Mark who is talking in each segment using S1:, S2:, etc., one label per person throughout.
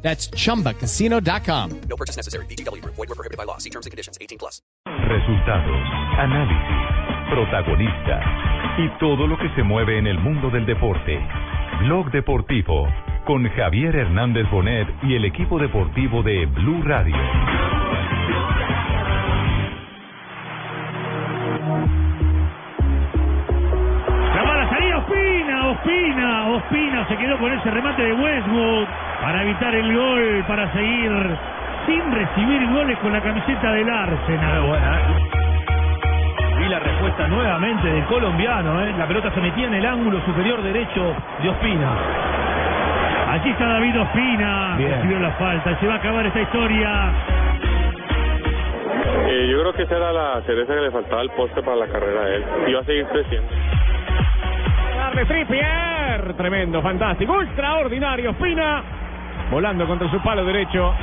S1: That's chumbacasino.com.
S2: No purchase necessary. BGW. Void were prohibited by law. See terms and conditions. 18 plus.
S3: Resultados, análisis, protagonistas y todo lo que se mueve en el mundo del deporte. Blog Deportivo con Javier Hernández Bonet y el equipo deportivo de Blue Radio.
S4: La bala salía Ospina, Ospina, Ospina se quedó con ese remate de Westwood para evitar el gol, para seguir sin recibir goles con la camiseta del
S5: Ah,
S4: Arsenal.
S5: eh.
S6: Y la respuesta nuevamente del colombiano, ¿eh? la pelota se metía en el ángulo superior derecho de Ospina.
S4: Allí está David Ospina,
S6: Bien.
S4: recibió la falta, se va a acabar esta historia.
S7: Eh, yo creo que esa era la cereza que le faltaba al poste para la carrera de él. Iba a seguir creciendo.
S8: de Trippier. Tremendo, fantástico, extraordinario. Espina volando contra su palo derecho.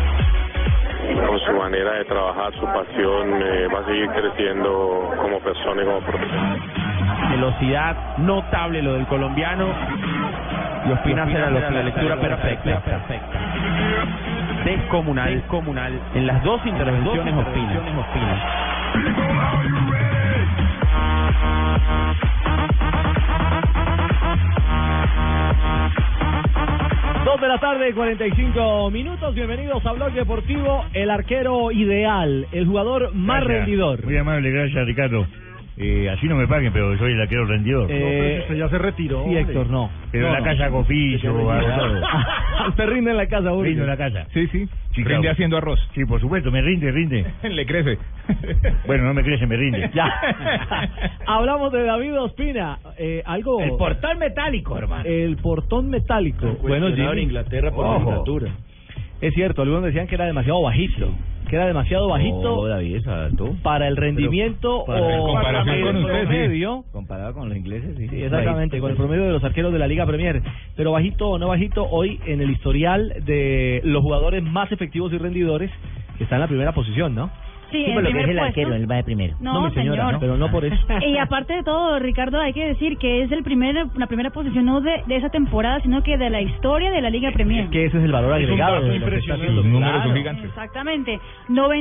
S7: Con su manera de trabajar, su pasión, eh, va a seguir creciendo como persona y como profesional.
S8: Velocidad notable lo del colombiano. Y Ospina hace la, la lectura perfecta. Descomunal. Descomunal. En las dos intervenciones Ospina.
S6: Dos de la tarde, 45 minutos. Bienvenidos a Blog Deportivo. El arquero ideal, el jugador más
S9: Gracias.
S6: rendidor.
S9: Muy amable, gracias Ricardo. Eh, así no me paguen, pero soy el arquero rendidor.
S6: Eh,
S9: ya se retiró.
S6: sí, Héctor, no.
S9: Pero
S6: No,
S9: en
S6: no.
S9: la casa hago oficio, hago todo.
S6: Usted rinde en la casa, Uri.
S9: Rindo en la casa.
S5: Sí, sí.
S9: Chica,
S5: Rinde
S9: bueno.
S5: haciendo arroz.
S9: Sí, por supuesto, me rinde, rinde.
S5: Le crece.
S9: Bueno, no me crece, me rinde.
S6: Ya. Hablamos de David Ospina. Eh, algo. El portón metálico, hermano. El portón metálico. Bueno, en Inglaterra por la altura. Es cierto, algunos decían que era demasiado bajito. Que era demasiado bajito para el rendimiento
S5: en
S6: o
S5: comparación
S6: para el
S5: con ustedes, sí.
S6: promedio.
S9: Comparado con los ingleses,
S6: Sí, exactamente, con el promedio de los arqueros de la Liga Premier. Pero bajito o no bajito, hoy en el historial de los jugadores más efectivos y rendidores, que está en la primera posición, ¿no?
S10: Sí, en primer puesto.
S6: va de primero.
S10: No,
S6: mi señora,
S10: señor.
S6: no, pero no por eso.
S10: Y aparte de todo, Ricardo, hay que decir que es el primer, la primera posición no de, de esa temporada, sino que de la historia de la Liga Premier.
S6: que ese es el valor agregado.
S5: dato
S6: de lo que está
S5: impresionante.
S6: haciendo.
S5: Los números son
S6: Claro.
S5: gigantes.
S10: Exactamente.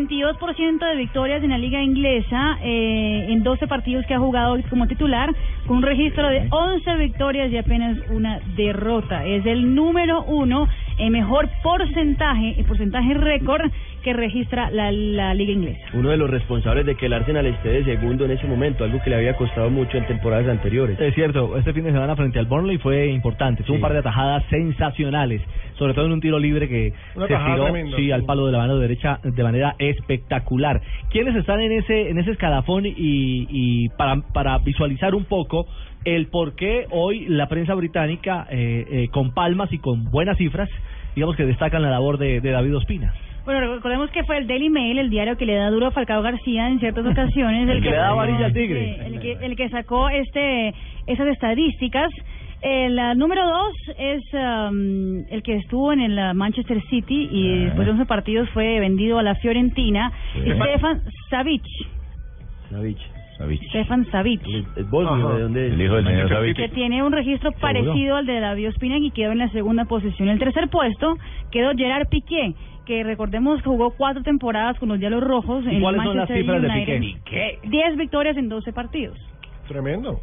S10: 92% de victorias en la Liga Inglesa eh, en 12 partidos que ha jugado como titular, con un registro de 11 victorias y apenas una derrota. Es el número uno en mejor porcentaje, el porcentaje récord que registra la, la Liga Inglesa.
S8: Uno de los responsables de que el Arsenal esté de segundo en ese momento, algo que le había costado mucho en temporadas anteriores.
S6: Es cierto, este fin de semana frente al Burnley fue importante. Tuvo un par de atajadas sensacionales, sobre todo en un tiro libre que
S5: Una
S6: se
S5: tajada
S6: tiró
S5: tremenda,
S6: sí,
S5: sí.
S6: al palo de la mano derecha de manera espectacular. ¿Quiénes están en ese en ese escalafón y, y para, para visualizar un poco el por qué hoy la prensa británica, eh, eh, con palmas y con buenas cifras, digamos que destacan la labor de, de David Ospina?
S10: Bueno, recordemos que fue el Daily Mail, el diario que le da duro a Falcao García en ciertas ocasiones.
S6: El que le da varilla al tigre.
S10: Eh, El que, el que sacó este esas estadísticas. El ah, número dos es am, el que estuvo en el ah, Manchester City y después de 11 partidos fue vendido a la Fiorentina. Stefan Savic. Stefan Savic.
S8: Es Bosnio, ¿de dónde es?
S5: El hijo del señor Manchester Savic.
S10: que tiene un registro parecido al de David Ospina y quedó en la segunda posición. En el tercer puesto quedó Gerard Piqué, que recordemos que jugó cuatro temporadas con los Diablos Rojos en el
S6: ¿Cuáles son las
S10: Manchester
S6: cifras de
S10: United.
S6: Piqué?
S10: Diez victorias en 12 partidos.
S5: Tremendo.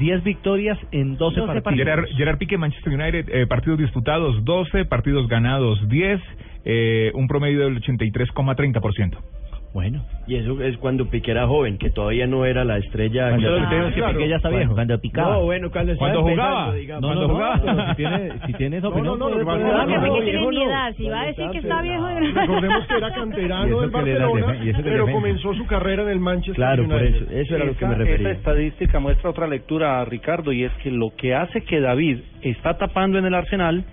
S6: 10 victorias en 12,
S10: 12
S6: partidos.
S10: partidos.
S5: Gerard, Gerard Piqué, Manchester United, eh, partidos disputados 12, partidos ganados 10, eh, un promedio del 83,30%.
S6: Bueno.
S8: Y eso es cuando Piqué era joven, que todavía no era la estrella.
S6: Cuando
S8: que-
S6: lo que tenemos es que Piqué ya está viejo. Cuando picaba.
S8: No, bueno, cuando estaba
S5: Cuando
S8: empezando,
S5: jugaba.
S8: digamos.
S6: No, no,
S8: Cuando
S6: no,
S8: jugaba.
S6: pero si tiene, si tiene esa opinión,
S5: no, lo que pasa
S6: puede-
S5: es
S6: puede
S10: Creo que Piqué
S6: darla.
S8: no,
S10: tiene
S8: viejo
S10: mi
S8: no.
S10: edad. Si va a decir que está viejo...
S5: Recordemos que era canterano del Barcelona, pero comenzó su carrera en el Manchester
S8: Claro, por eso, eso era lo que me refería.
S6: estadística muestra otra lectura, Ricardo, y es que lo que hace que David está tapando en el Arsenal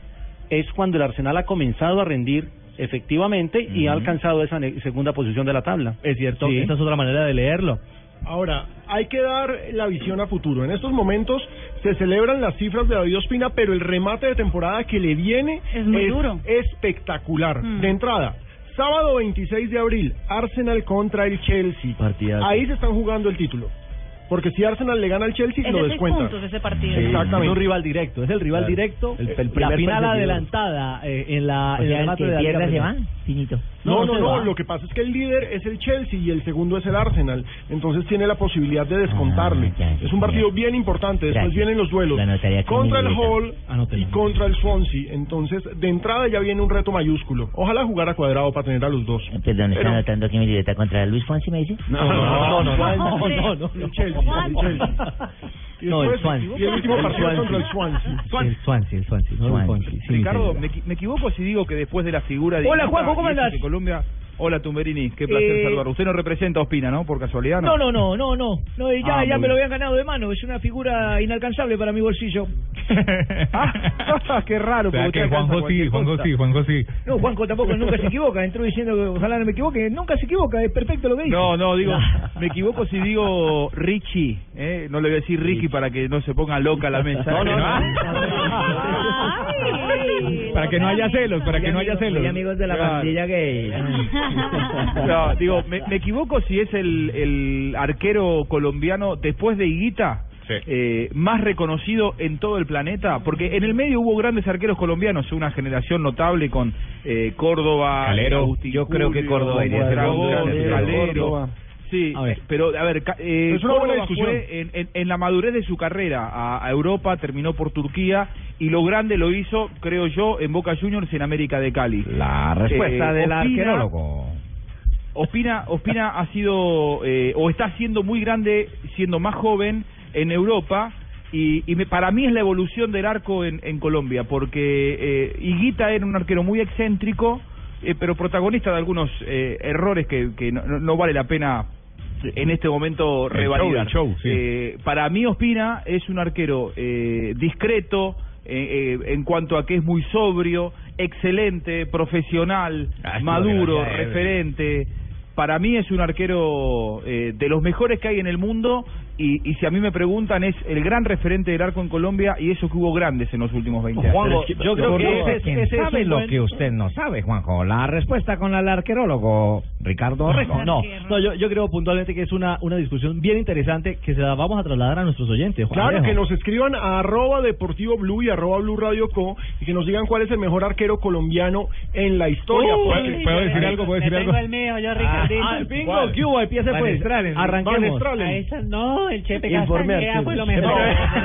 S6: es cuando el Arsenal ha comenzado a rendir
S8: efectivamente, y ha alcanzado esa ne- segunda posición de la tabla.
S6: Es cierto,
S8: Sí.
S6: esa es otra manera de leerlo.
S11: Ahora, hay que dar la visión a futuro. En estos momentos se celebran las cifras de David Ospina, pero el remate de temporada que le viene
S12: Es muy duro.
S11: espectacular.
S12: Mm.
S11: De entrada, sábado 26 de abril, Arsenal contra el Chelsea. Ahí se están jugando el título. Porque si Arsenal le gana al Chelsea,
S12: Es
S11: lo
S12: de seis
S11: descuentan.
S12: puntos ese partido.
S11: Exactamente.
S6: Es un rival directo, es el rival
S11: Claro.
S6: directo. eh,
S11: El- el
S6: la
S11: primer
S6: final
S11: perseguidor.
S6: adelantada eh, en la
S11: O
S6: en
S11: sea,
S6: el
S11: el
S6: remate
S11: que
S6: de la Liga
S11: pierda se
S6: Premier.
S11: va,
S13: finito.
S11: No,
S6: No,
S11: no,
S6: se
S11: no,
S6: va.
S11: lo que pasa es que el líder es el Chelsea y el segundo es el Arsenal, entonces tiene la posibilidad de descontarle.
S13: Ah,
S11: es un partido bien importante, después
S13: Gracias.
S11: vienen los duelos
S13: Lo anotaré aquí en
S11: contra
S13: mi
S11: el
S13: libreta.
S11: Hall y contra el Swansea, entonces de entrada ya viene un reto mayúsculo. Ojalá jugara cuadrado para tener a los dos.
S13: Eh, Perdón, está
S11: Pero-
S13: anotando aquí mi libreta contra Luis Fonsi, me dice.
S11: no, no, no,
S6: no,
S11: Swansea,
S6: no, no, no.
S11: el Chelsea, el Chelsea. Y
S6: No, el
S11: después-
S6: Swansea.
S11: Y el último
S6: El
S11: partido
S6: Swansea.
S11: contra el Swansea.
S6: El Swansea, el Swansea, no el
S11: Swansea.
S6: Swansea, sí, mi
S14: Ricardo,
S6: señor.
S14: me, equi- me equivoco si digo que después de la figura de
S6: Hola,
S14: Iniesta
S6: Juanjo, ¿cómo
S14: y eso
S6: andás?
S14: que Colombia, hola Tumberini, qué placer
S6: Eh,
S14: saludarlo. Usted no representa a Ospina, ¿no? Por casualidad, ¿no?
S6: No, no, no, no, no. no y ya
S14: Ah,
S6: ya
S14: muy
S6: me lo
S14: bien.
S6: habían ganado de mano. Es una figura inalcanzable para mi bolsillo.
S14: Ah, qué raro,
S15: O sea,
S14: porque usted
S15: que
S14: alcanza
S15: Juanjo sí,
S14: cualquier
S15: Juanjo
S14: cosa.
S15: sí, Juanjo sí.
S6: No, Juanjo tampoco nunca se equivoca. Entró diciendo que ojalá no me equivoque. Nunca se equivoca. Es perfecto lo que dice.
S14: No, no, digo, me equivoco si digo Richie, ¿eh? No le voy a decir Ricky para que no se ponga loca la mesa.
S15: No, no, Para que no haya celos, para que no haya celos. Claro.
S14: gay. No, digo, me, me equivoco si es el, el arquero colombiano después de Higuita. eh, más reconocido en todo el planeta, porque en el medio hubo grandes arqueros colombianos, una generación notable con eh, Córdoba,
S15: Calero.
S14: Agustín
S15: Yo creo que
S14: Julio,
S15: Córdoba iría a ser
S14: Dragón,
S15: un gran arquero.
S14: Calero.
S15: Córdoba.
S14: Sí, eh, pero a ver, ca- eh,
S15: Es una buena
S14: Córdoba
S15: discusión.
S14: fue en, en- en la madurez de su carrera a, a Europa, terminó por Turquía y lo grande lo hizo, creo yo, en Boca Juniors en América de Cali.
S16: La respuesta
S14: Eh,
S16: del
S14: opina-
S16: arqueólogo.
S14: Ospina, Ospina ha sido eh, o está siendo muy grande, siendo más joven en Europa y, y me- para mí es la evolución del arco en, en Colombia porque eh, Higuita era un arquero muy excéntrico eh, pero protagonista de algunos eh, errores que, que no, no- no vale la pena en este momento
S15: El
S14: revalidar.
S15: show, el show, sí.
S14: Eh, para mí Ospina es un arquero eh, discreto eh, eh, en cuanto a que es muy sobrio, excelente, profesional,
S15: sí,
S14: maduro,
S15: gracias, Evelyn.
S14: referente. Para mí es un arquero eh, de los mejores que hay en el mundo y, y si a mí me preguntan es el gran referente del arco en Colombia y eso que hubo grandes en los últimos 20 años.
S16: Juanjo, yo creo que ese, es-
S14: Quien
S16: ese es
S14: sabe
S16: un
S14: lo
S16: buen-
S14: que usted-
S16: no sabe, Juanjo. La respuesta con el arqueólogo Ricardo Orrego.
S6: No, no, yo, yo creo puntualmente que es una, una discusión bien interesante que se la vamos a trasladar a nuestros oyentes. Juan
S11: Claro,
S6: Alejo.
S11: que nos escriban a arroba deportivo blue y arroba blue radio co y que nos digan cuál es el mejor arquero colombiano en la historia.
S6: Uy,
S11: Porque-
S6: ¿puedo decir algo? ¿Puedo decir algo? Ah, ah, bingo,
S11: ¿Cuál?
S6: ¿qué hubo? Empiece,
S11: Van
S6: pues.
S11: Stralen.
S6: Arranquemos.
S11: Van Stralen.
S6: A
S4: Esa no, el Chepe Castañeda
S6: Informe artístico.
S4: fue lo mejor.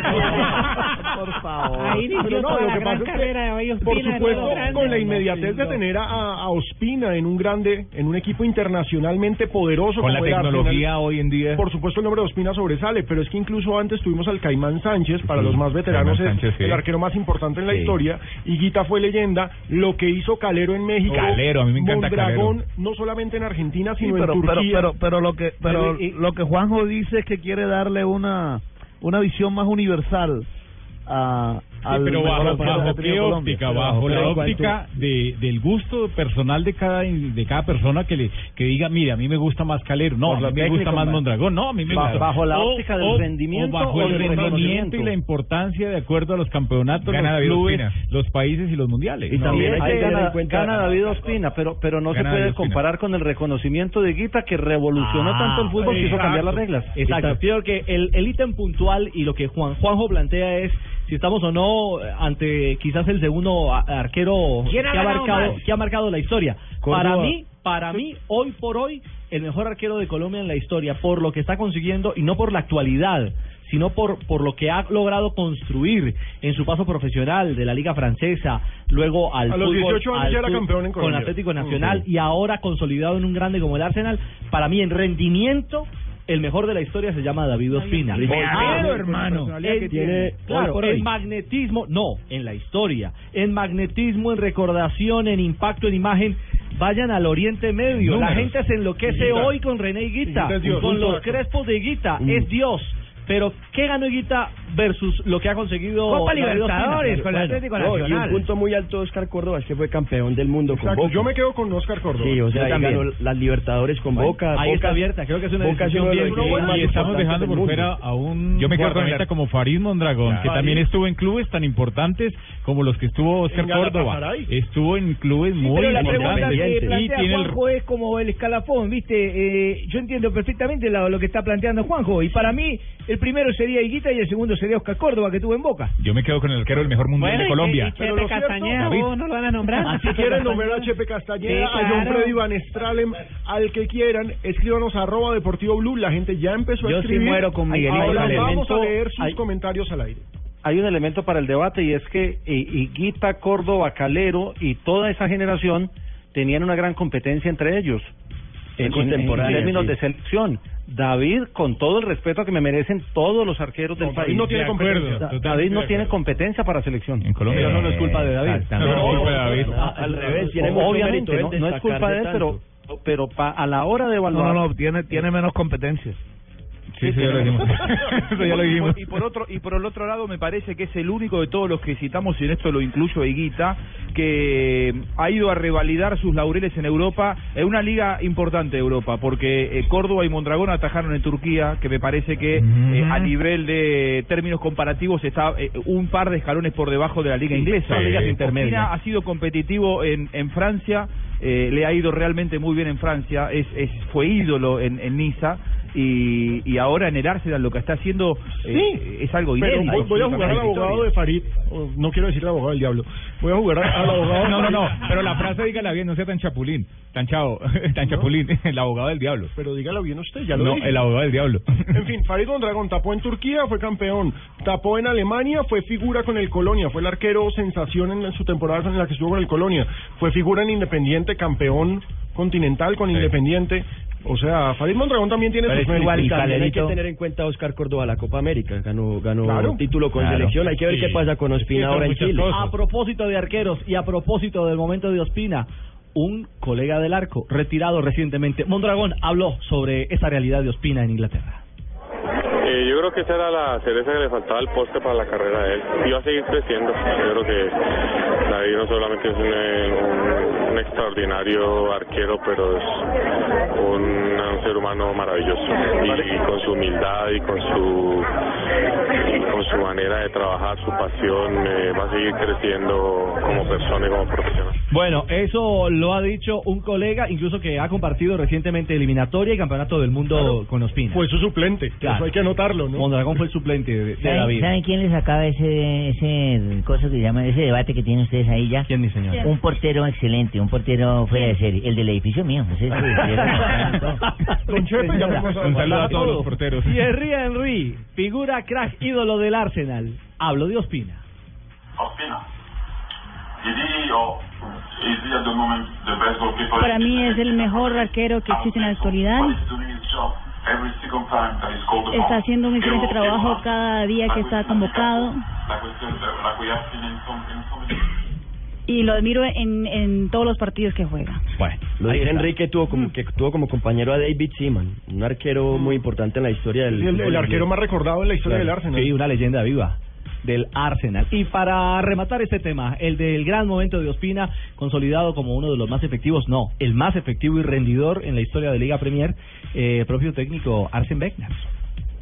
S11: Por favor.
S4: Ahí inició
S11: Pero no,
S4: toda
S11: lo
S4: la
S11: que
S4: gran
S11: pasa es que,
S4: carrera de David
S11: Por
S4: Ospina, de
S11: supuesto,
S4: los grandes.
S11: con la inmediatez de tener a, a Ospina en un grande, en un equipo internacionalmente poderoso.
S15: Con la
S11: como el Arsenal,
S15: tecnología hoy en día.
S11: Por supuesto, el nombre de Ospina sobresale, pero es que incluso antes tuvimos al Caimán Sánchez, para
S15: Sí,
S11: los más veteranos
S15: Caimán
S11: es
S15: Sánchez, sí.
S11: el arquero más importante en la
S15: Sí.
S11: historia. Higuita fue leyenda, lo que hizo Calero en México.
S15: Calero, a mí me encanta
S11: Mondragón, no solamente en Argentina,
S17: Sí,
S11: sino
S17: pero,
S11: en
S17: pero,
S11: Turquía.
S17: pero, pero lo que pero
S11: Pero, y-
S17: lo que Juanjo dice es que quiere darle una una visión más universal a al
S18: pero
S17: mejor
S18: bajo,
S17: arquero que ha
S18: bajo qué
S17: tenido Colombia.
S18: óptica,
S17: Pero
S18: bajo
S17: pero
S18: la
S17: igual tú-
S18: óptica de, del gusto personal de cada in- de cada persona que le que diga, mire, a mí me gusta más Calero, no,
S17: Por
S18: a
S17: la
S18: mí me gusta
S17: técnica,
S18: más
S17: man.
S18: Mondragón, no, a mí me
S17: Ba-
S18: gusta
S17: bajo la
S18: O-
S17: óptica del
S18: o-
S17: rendimiento
S18: o bajo
S17: o
S18: el
S17: del
S18: rendimiento
S17: reconocimiento.
S18: y la importancia de acuerdo a los campeonatos,
S16: Gana
S18: los
S16: David
S18: clubes,
S16: Ospina.
S18: los países y los mundiales.
S16: Y
S18: No,
S16: también
S18: no,
S16: hay
S18: no,
S16: que
S18: no,
S16: tener
S18: no,
S16: en cuenta-
S8: Gana David Ospina, pero pero no
S16: Gana
S8: se
S16: David
S8: puede
S16: Ospina.
S8: comparar con el reconocimiento de Guita que revolucionó
S6: Ah,
S8: tanto el fútbol que hizo
S6: exacto.
S8: cambiar las reglas.
S6: Exacto. Creo que el, el ítem puntual y lo que Juan Juanjo plantea es si estamos o no ante quizás el segundo a- arquero
S8: ¿Quién ha
S6: que ha
S8: ganado
S6: marcado
S8: más?
S6: que ha marcado la historia.
S8: Córdoba.
S6: Para mí, para mí hoy por hoy el mejor arquero de Colombia en la historia por lo que está consiguiendo y no por la actualidad sino por, por lo que ha logrado construir en su paso profesional de la Liga Francesa, luego al
S11: A los
S6: fútbol,
S11: 18 años
S6: al
S11: ya era
S6: fútbol,
S11: campeón en
S6: con
S11: Colombia.
S6: Atlético
S11: Mm,
S6: Nacional
S11: sí.
S6: y ahora consolidado en un grande como el Arsenal, para mí en rendimiento el mejor de la historia se llama David Ospina.
S15: Ospina.
S6: Ah,
S15: Claro, hermano.
S6: él tiene, claro, en magnetismo, no, en la historia, en magnetismo, en recordación, en impacto, en imagen. Vayan al Oriente Medio, la
S8: Números.
S6: gente se enloquece
S8: Higuita.
S6: hoy con René Higuita,
S8: Higuita es Dios.
S6: con
S8: Punto.
S6: los crespos de Higuita, es Dios. Pero, ¿qué ganó Higuita versus lo que ha conseguido...
S19: Copa
S6: David Ospina?
S19: Libertadores con el
S6: Bueno,
S19: Atlético
S6: no, y un
S19: Nacional.
S6: punto
S8: muy alto Oscar Córdoba, es que fue campeón del mundo con
S11: Exacto,
S8: Boca.
S11: yo me quedo con Oscar Córdoba.
S8: Sí, o sea,
S11: Yo
S8: ahí
S11: también.
S8: ganó las Libertadores con
S11: Bueno,
S8: Boca.
S11: ahí
S8: Boca-
S11: está abierta, creo que es una
S8: Boca
S11: decisión
S8: uno de
S11: bien
S8: los
S11: clara
S8: equipos más
S15: y estamos
S8: importantes
S15: dejando
S8: del
S15: por
S8: mundo.
S15: fuera a un
S8: Yo me quedo con
S15: guardameta
S8: el-
S15: como Farid Mondragón,
S8: Claro.
S15: que también
S8: Farid.
S15: estuvo en clubes tan importantes como los que estuvo Oscar
S8: En
S15: Córdoba.
S8: Galatasaray.
S15: Estuvo en clubes
S20: Sí,
S15: muy
S20: pero la pregunta que
S15: importantes. Y
S20: plantea
S15: tiene el
S20: Juanjo es como el escalafón, ¿viste? Eh, yo entiendo perfectamente la- lo que está planteando Juanjo. Y para mí, el primero sería Higuita y el segundo sería Oscar Córdoba, que tuvo en Boca.
S5: Yo me quedo con el arquero del mejor mundial de Colombia.
S11: Pero lo cierto-
S5: David.
S11: Si Ah, quieren nombrar a Chepe Castañeda,
S5: Sí,
S11: a John
S5: claro.
S11: Freddy Van Stralem, al que quieran, escríbanos a arroba deportivo blue. La gente ya empezó a
S21: Yo sí
S11: escribir.
S21: muero con Miguelito
S11: Ahora
S21: Alemán.
S11: vamos a leer sus
S21: Ay.
S11: comentarios al aire.
S21: hay un elemento para el debate y es que eh, Higuita, Córdoba, Calero y toda esa generación tenían una gran competencia entre ellos.
S8: En
S21: en- en
S8: contemporánea,
S21: términos
S8: sí.
S21: de selección. David, con todo el respeto que me merecen todos los arqueros del
S8: No, David
S21: país.
S8: no tiene
S21: De acuerdo,
S8: competencia.
S21: da-
S8: Totalmente
S21: David
S8: de
S21: no tiene competencia para selección. En
S8: Colombia. Pero no es culpa de David.
S21: Exactamente.
S8: No, no es culpa de David.
S21: Ah,
S8: Al revés, tiene mucho mérito
S21: Obviamente,
S8: él
S21: no, no es culpa de él,
S8: destacarse
S21: pero, pero pa- a la hora de evaluar...
S22: No, no, no, tiene, tiene menos competencias.
S21: Sí, sí, ya lo dijimos.
S22: Eso ya lo dijimos.
S14: Y por, otro, y por el otro lado, me parece que es el único de todos los que citamos, y en esto lo incluyo a Higuita, que ha ido a revalidar sus laureles en Europa, en una liga importante de Europa, porque eh, Córdoba y Mondragón atajaron en Turquía, que me parece que eh, a nivel de términos comparativos está eh, un par de escalones por debajo de la liga
S6: Sí,
S14: inglesa.
S6: son ligas
S14: Eh,
S6: intermedias.
S14: Ospina ha sido competitivo en, en Francia, eh, le ha ido realmente muy bien en Francia, es, es fue ídolo en, en Niza y, y ahora en el Arsenal lo que está haciendo eh, es algo
S11: Pero
S14: inédito.
S11: voy, voy a jugar al abogado de Farid. o No quiero decirle abogado del diablo. Voy a jugar al abogado.
S5: No, no,
S11: de
S5: no,
S11: Farid.
S5: pero la frase dígala bien, no sea tan chapulín, tan chavo, tan chapulín, el abogado del diablo.
S11: Pero dígalo bien usted, ya lo
S5: No,
S11: dije.
S5: el abogado del diablo.
S11: En fin, Farid Mondragón tapó en Turquía, fue campeón. Tapó en Alemania, fue figura con el Colonia. Fue el arquero sensación en, la- en su temporada en la que estuvo con el Colonia. Fue figura en Independiente, campeón continental con Independiente. O sea, Farid Mondragón también tiene
S8: Pero
S11: sus
S8: es que
S11: méritos.
S8: igual también hay que tener en cuenta a Oscar Córdoba la Copa América. Ganó, ganó
S11: Claro.
S8: título con
S11: Claro.
S8: selección. Hay que ver
S11: Sí.
S8: qué pasa con Ospina ahora en Chile. Ah,
S6: A propósito de arqueros y a propósito del momento de Ospina, un colega del arco, retirado recientemente, Mondragón, habló sobre esta realidad de Ospina en Inglaterra.
S7: Eh, yo creo que esa era la cereza que le faltaba al poste para la carrera de él. Y va a seguir creciendo. Yo creo que David no solamente es un, eh, un- un extraordinario arquero, pero es un, un ser humano maravilloso. Y, y con su humildad y con su con su manera de trabajar, su pasión, eh, va a seguir creciendo como persona y como profesional.
S6: Bueno, eso lo ha dicho un colega, incluso que ha compartido recientemente eliminatoria y campeonato del mundo con Ospina.
S11: Fue su suplente,
S6: eso hay
S11: que anotarlo, ¿no?
S6: Mondragón fue el suplente de, de
S13: ¿Saben,
S6: David.
S13: saben quién les acaba ese ese cosa que llaman ese debate que tienen ustedes ahí ya?
S6: ¿Quién, mi señor?
S13: Un portero excelente, un portero fuera de serie, el del edificio mío. ese- ese- ese-
S11: Don Chepe, ya vamos a-
S5: Un saludo a todos los porteros.
S6: Thierry Henry, figura crack ídolo del Arsenal. Hablo de Ospina.
S4: Ospina. Is he or is he at the moment the best goalkeeper?
S10: Para mí es el mejor arquero que existe en la actualidad.
S4: But he's doing his job every single time that he's called
S10: Está
S4: upon.
S10: haciendo un excelente trabajo cada día que está convocado.
S4: Like we said, uh, like we have seen in some in some
S10: Y lo admiro en, en todos los partidos que juega.
S8: Bueno, Luis Enrique tuvo como, que tuvo como compañero a David Seaman, un arquero muy importante en la historia del.
S11: Sí, el- el arquero más
S8: recordado en la
S11: historia
S8: del
S11: Arsenal.
S6: Sí, una leyenda viva del Arsenal. Y para rematar este tema, el del gran momento de Ospina, consolidado como uno de los más efectivos, no, el más efectivo y rendidor en la historia de Liga Premier, eh, propio técnico Arsen Wenger.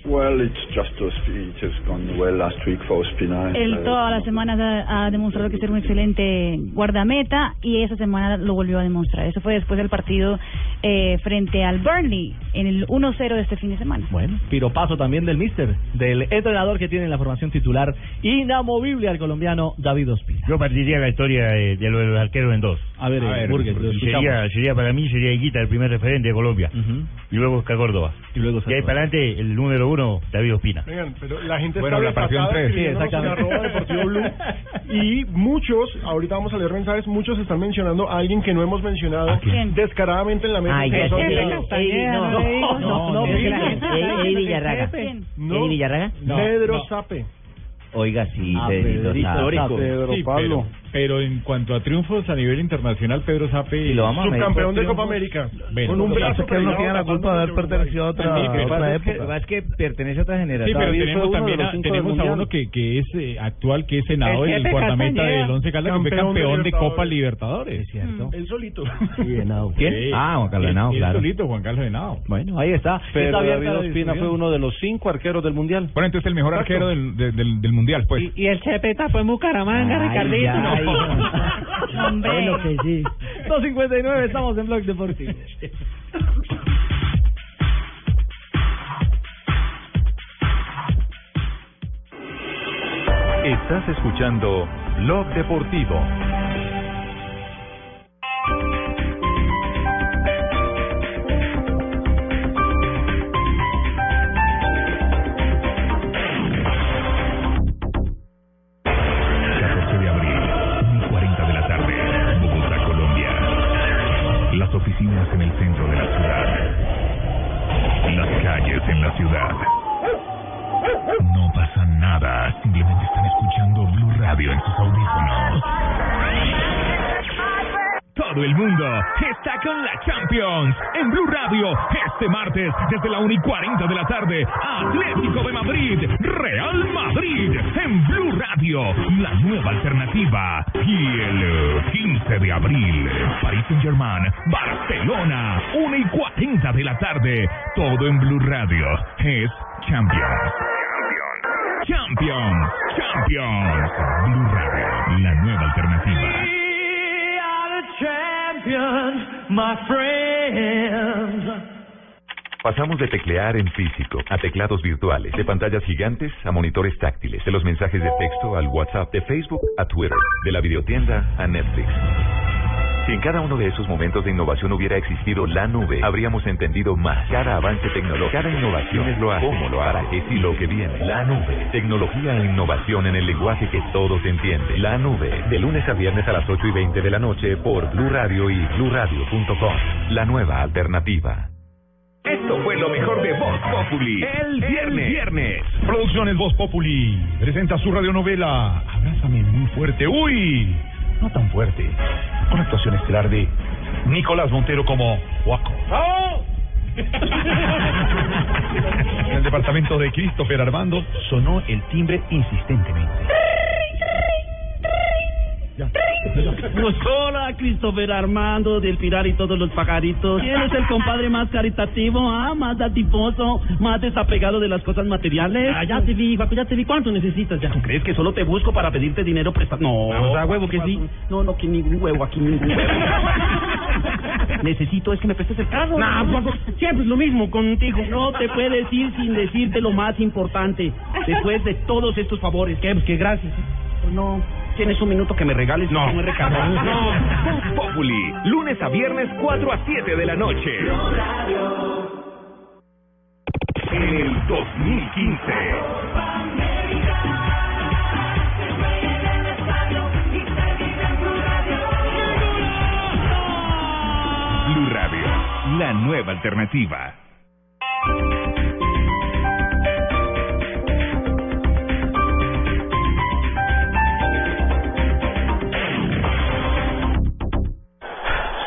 S23: Well, it's just Ospina. It has gone well last week for Ospina. uh,
S10: Él todas las semanas ha, ha demostrado que es un excelente guardameta y esa semana lo volvió a demostrar. Eso fue después del partido eh, frente al Burnley en el 1-0 de este fin de semana.
S6: Bueno, piropazo también del mister, del entrenador que tiene en la formación titular inamovible al colombiano David Ospina.
S24: Yo partiría la historia de, de lo de los arqueros en dos.
S6: A ver, eh, Burgess, lo escuchamos.
S24: sería, sería para mí sería Higuita el primer referente de Colombia. Y luego Oscar Córdoba.
S6: Y luego
S24: ahí para adelante el número uno, David Ospina.
S11: Vengan, pero la gente
S24: Bueno, la
S11: está
S24: partió en
S11: desatada
S24: tres.
S11: escribiéndonos
S24: Sí,
S11: en
S24: exactamente.
S11: arroba Deportivo Blue. y muchos, ahorita vamos a leer mensajes, muchos están mencionando a alguien que no hemos mencionado descaradamente en la mesa.
S13: Ay,
S11: Se
S13: ya
S11: nos ha
S13: sé.
S11: olvidado.
S13: Ey, no, no, no, no, no,
S11: Pedro.
S13: no, Ey, ey, Villarraga.
S11: ¿Quién?
S13: No. ¿Ey, Villarraga?
S11: Pedro Sape.
S13: Oiga, sí,
S11: Ah,
S13: Pedrito
S11: Pedrito
S13: Sape.
S8: ah,
S11: Sape, Pedro Sí, Pablo.
S15: pero en cuanto a triunfos a nivel internacional, Pedro Sape
S11: lo vamos a medir Subcampeón por de triunfos. Copa América.
S15: Bueno,
S11: Con un
S15: lo que
S11: brazo
S15: pasa es que él no
S11: pegado
S15: tiene la
S11: tapando
S15: culpa de haber
S11: el de
S15: pertenecido a
S11: Uruguay.
S15: otra-
S25: Sí, lo que
S15: otra
S25: pasa es que- lo
S15: época.
S25: que pasa es que pertenece a otra generación.
S15: Sí, pero
S25: David fue
S15: tenemos
S25: uno de
S15: también
S25: los
S15: a,
S25: cinco del
S15: tenemos a
S25: Mundial.
S15: uno que, que es eh, actual, que es senador
S25: El
S15: y
S25: jefe
S15: guardameta
S25: Castañeda.
S15: del Once Caldas, que fue
S25: Campeón de
S15: campeón de Copa
S25: Libertadores.
S15: Libertadores.
S11: Él solito.
S25: ¿Quién? Ah, Juan Carlos Henao,
S15: Él- él
S25: claro.
S15: solito, Juan Carlos Henao.
S25: Bueno, ahí está.
S5: Pero
S25: Está abierta la
S5: David Ospina
S25: discusión.
S5: fue uno de los cinco arqueros del Mundial.
S4: Bueno, entonces el mejor
S5: Exacto.
S4: arquero del, de- del, del mundial, pues.
S10: Y el Chepeta fue en Bucaramanga,
S4: Ay,
S10: Ricardito.
S4: ya,
S10: Hombre.
S26: 2.59, estamos en Blog Deportivo.
S3: Estás escuchando Blog Deportivo.
S9: de abril, 1.40 de la tarde, Bogotá, Colombia. Las oficinas en el centro de la ciudad. Las calles en la ciudad. No pasa nada, simplemente están escuchando Blue Radio en sus audífonos. Todo el mundo está con la Champions en Blue Radio este martes desde la 1 y 40 de la tarde. Atlético de Madrid, Real Madrid en Blue Radio, la nueva alternativa. Y el eh, 15 de abril, Paris Saint Germain, Barcelona, 1 y 40 de la tarde. Todo en Blue Radio es Champions. Champions, Champions, Blue Radio, la nueva alternativa.
S3: Pasamos de teclear en físico a teclados virtuales, de pantallas gigantes a monitores táctiles, de los mensajes de texto al WhatsApp, de Facebook a Twitter, de la videotienda a Netflix. Si en cada uno de esos momentos de innovación hubiera existido la nube, habríamos entendido más. Cada avance tecnológico, cada innovación es lo hace, cómo lo hará, es y lo que viene. La nube. Tecnología e innovación en el lenguaje que todos entienden. La nube. De lunes a viernes a las 8 y 20 de la noche por Blue Radio y bluradio.com. La nueva alternativa.
S9: Esto fue lo mejor de Voz Populi. El viernes.
S4: Producciones Voz Populi presenta su radionovela Abrázame muy fuerte. Uy, no tan fuerte. Con actuación estelar de Nicolás Montero como Waco. En el departamento de Christopher Armando sonó el timbre insistentemente.
S27: Pues hola, Christopher Armando del Pilar y todos los pajaritos. ¿Quién es el compadre más caritativo, ah, más datiposo, más desapegado de las cosas materiales? Ah, ya te vi, Paco, ya te vi. ¿Cuánto necesitas ya? ¿Crees que solo te busco para pedirte dinero prestado? No. Vamos, da huevo que sí. No, no, que ningún huevo, aquí ningún huevo. Necesito es que me prestes el carro. Nah, Paco, siempre es lo mismo contigo. No te puedes ir sin decirte lo más importante. Después de todos estos favores. Que, pues, que gracias.
S28: Pues
S27: No. ¿Tienes un minuto que me regales? No. me recargas? No.
S9: Voz Populi, lunes a viernes 4 a 7 de la noche. En el 2015. Blue Radio, la nueva alternativa.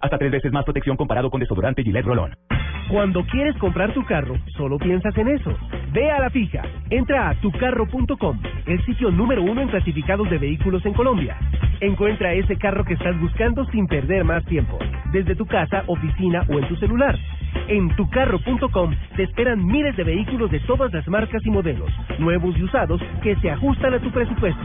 S2: Hasta tres veces más protección comparado con desodorante Gillette Rolón.
S6: Cuando quieres comprar tu carro, solo piensas en eso. Ve a la fija. Entra a tucarro.com, el sitio número uno en clasificados de vehículos en Colombia. Encuentra ese carro que estás buscando sin perder más tiempo, desde tu casa, oficina o en tu celular. En tucarro.com te esperan miles de vehículos de todas las marcas y modelos, nuevos y usados, que se ajustan a tu presupuesto.